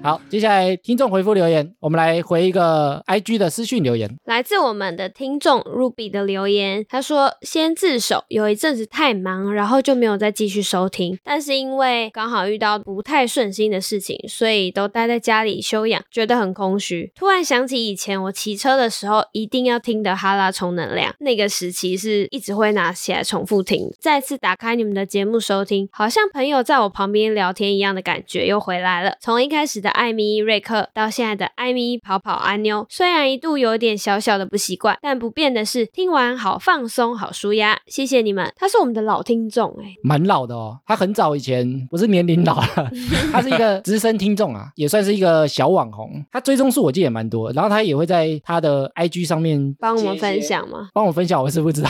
[SPEAKER 1] 好，接下来听众回复留言，我们来回一个 IG 的私讯留言。
[SPEAKER 3] 来自我们的听众 Ruby 的留言，他说先自首，有一阵子太忙，然后就没有再继续收听。但是因为刚好遇到不太顺心的事情，所以都待在家里休养，觉得很空虚。突然想起以前我骑车的时候一定要听的哈拉充能量，那个时期是一直会拿起来重复听。再次打开你们的节目收听，好像朋友在我旁边聊天一样的感觉又回来了。从一开始的艾米瑞克到现在的艾米跑跑安妞，虽然一度有点小小的不习惯，但不变的是听完好放松，好舒压。谢谢你们，他是我们的老听众哎、
[SPEAKER 1] 蛮老的哦，他很早以前不是年龄老 了，他是一个资深听众啊，也算是一个小网红。他追踪数我记得也蛮多，然后他也会在他的 IG 上面
[SPEAKER 3] 帮我们分享吗？
[SPEAKER 1] 帮我分享，我是不知道，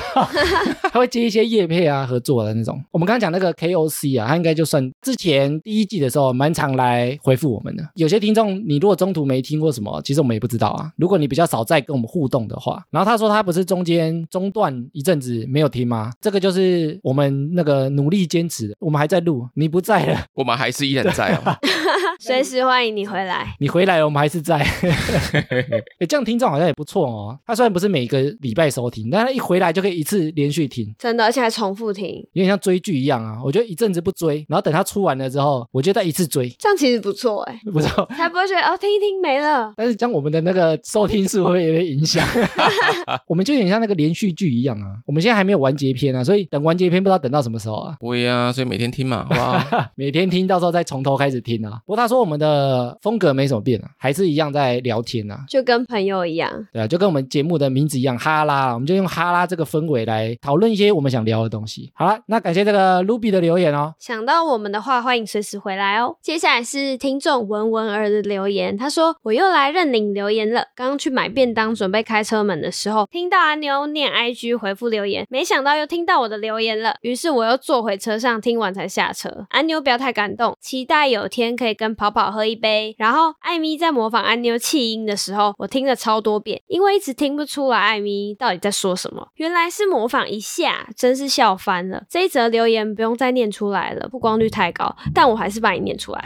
[SPEAKER 1] 他会接一些业配啊合作的那种。我们刚刚讲那个 KOC 啊，他应该就算之前第一季的时候蛮常来回复我们的。的。有些听众，你如果中途没听过什么，其实我们也不知道啊。如果你比较少在跟我们互动的话，然后他说他不是中间中断一阵子没有听吗？这个就是我们那个努力坚持的，我们还在录，你不在了，
[SPEAKER 2] 我们还是依然在哦。
[SPEAKER 3] 啊随时欢迎你回来。
[SPEAKER 1] 你回来了，我们还是在。哎，这样听众好像也不错哦。他虽然不是每个礼拜收听，但他一回来就可以一次连续听。
[SPEAKER 3] 真的，而且还重复听，
[SPEAKER 1] 有点像追剧一样啊，我觉得一阵子不追，然后等它出完了之后，我就再一次追，
[SPEAKER 3] 这样其实不错哎、
[SPEAKER 1] 不知道。
[SPEAKER 3] 才不会觉得哦，听一听没了。
[SPEAKER 1] 但是将我们的那个收听数会不会有点影响？我们就有点像那个连续剧一样啊。我们现在还没有完结篇啊，所以等完结篇不知道等到什么时候啊。
[SPEAKER 2] 不会啊，所以每天听嘛，好不好？
[SPEAKER 1] 每天听，到时候再从头开始听啊。不过他说我们的风格没什么变啊，还是一样在聊天啊。
[SPEAKER 3] 就跟朋友一样，
[SPEAKER 1] 对啊，就跟我们节目的名字一样，哈拉，我们就用哈拉这个氛围来讨论一些我们想聊的东西。好啦，那感谢这个 Ruby 的留言哦。
[SPEAKER 3] 想到我们的话，欢迎随时回来哦。接下来是听众文文儿的留言，他说：“我又来认领留言了。刚刚去买便当，准备开车门的时候，听到阿妞念 IG 回复留言，没想到又听到我的留言了。于是我又坐回车上，听完才下车。阿妞不要太感动，期待有天可以跟跑跑喝一杯。然后艾米在模仿阿妞气音的时候，我听了超多遍，因为一直听不出来艾米到底在说什么，原来是模仿一下，真是笑翻了。这一则留言不用再念出来了，曝光率太高，但我还是把你念出来。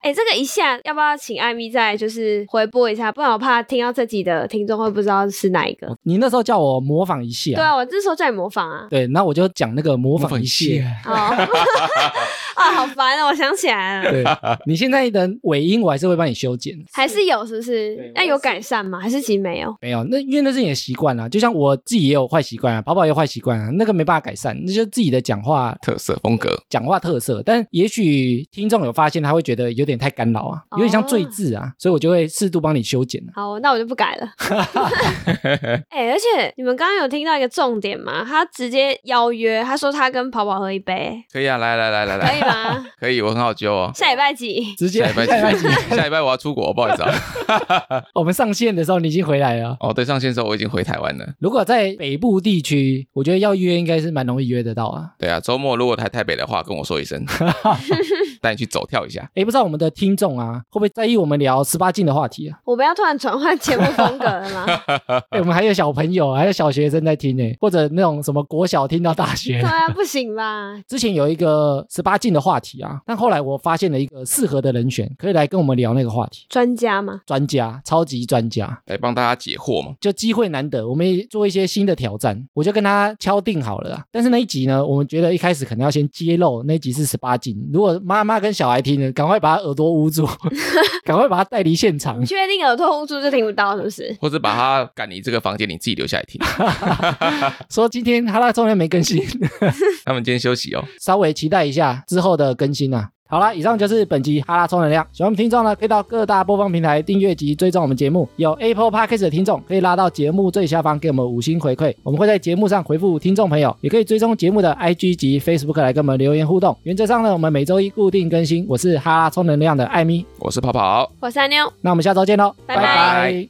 [SPEAKER 3] 哎、这个一下要不要请艾米再就是回播一下？不然我怕听到这集的听众会不知道是哪一个。
[SPEAKER 1] 你那时候叫我模仿一
[SPEAKER 3] 对
[SPEAKER 1] 下，
[SPEAKER 3] 啊，我这时候叫你模仿啊。
[SPEAKER 1] 对，那我就讲那个模仿一
[SPEAKER 2] 模
[SPEAKER 1] 下。
[SPEAKER 3] 哦， 啊，好烦啊！我想起来 了，
[SPEAKER 1] 对你现在的尾音，我还是会帮你修剪。
[SPEAKER 3] 还是有是不是
[SPEAKER 1] 对？
[SPEAKER 3] 那有改善吗？还是其实没有？
[SPEAKER 1] 没有，那因为那是你的习惯啊啦，就像我自己也有坏习惯啊，宝宝也有坏习惯啊，那个没办法改善，那就是自己的讲话
[SPEAKER 2] 特色风格，
[SPEAKER 1] 讲话特色。但也许听众有发现，他会觉得有点太干扰啊，有点像赘字啊，所以我就会适度帮你修剪啊。
[SPEAKER 3] 好，那我就不改 了。哎、而且你们刚刚有听到一个重点吗？他直接邀约，他说他跟跑跑喝一杯，
[SPEAKER 2] 可以啊，来来来来
[SPEAKER 3] 可
[SPEAKER 2] 来，
[SPEAKER 3] 以 吗？
[SPEAKER 2] 可以，我很好揪哦。
[SPEAKER 3] 下礼拜几？
[SPEAKER 1] 直接
[SPEAKER 2] 下礼拜
[SPEAKER 1] 下礼
[SPEAKER 2] 几？下礼拜我要出国，不好意思啊。
[SPEAKER 1] 我们上线的时候你已经回来了。
[SPEAKER 2] 哦，对，上线的时候我已经回台湾了。
[SPEAKER 1] 如果在北部地区，我觉得要约应该是蛮容易约得到啊。
[SPEAKER 2] 对啊，周末如果台台北的话，跟我说一声， 带你去走跳一下。
[SPEAKER 1] 诶，不知道我们的听众啊，会不会在意我们聊十八禁的话题啊？
[SPEAKER 3] 我们要突然转换节目风格了 吗？
[SPEAKER 1] 哎、我们还有小朋友，还有小学生在听呢、或者那种什么国小听到大学
[SPEAKER 3] 对。啊，不行吧？
[SPEAKER 1] 之前有一个十八禁的话题啊，但后来我发现了一个适合的人选，可以来跟我们聊那个话题。
[SPEAKER 3] 专家 吗？
[SPEAKER 1] 专家，超级专家，
[SPEAKER 2] 来帮大家解惑嘛。
[SPEAKER 1] 就机会难得，我们也做一些新的挑战，我就跟他敲定好了啊。但是那一集呢，我们觉得一开始可能要先揭露那一集是十八禁，如果妈妈跟小孩听呢，赶快把他耳朵捂住， 赶快把他带离现场
[SPEAKER 3] 你。确定耳朵捂住就听不到是不是？
[SPEAKER 2] 或者把它赶离这个房间，你自己留下来听。
[SPEAKER 1] 说今天哈拉中间没更新，
[SPEAKER 2] 他们今天休息哦。
[SPEAKER 1] 稍微期待一下之后的更新啊。好啦，以上就是本集哈拉充能量。喜欢我们听众呢，可以到各大播放平台订阅及追踪我们节目。有 Apple Podcast 的听众可以拉到节目最下方给我们五星回馈，我们会在节目上回复听众朋友。也可以追踪节目的 IG 及 Facebook 来跟我们留言互动。原则上呢，我们每周一固定更新。我是哈拉充能量的艾米，
[SPEAKER 2] 我是跑跑。
[SPEAKER 3] 火山妞。
[SPEAKER 1] 那我们下周见喽，
[SPEAKER 3] 拜
[SPEAKER 2] 拜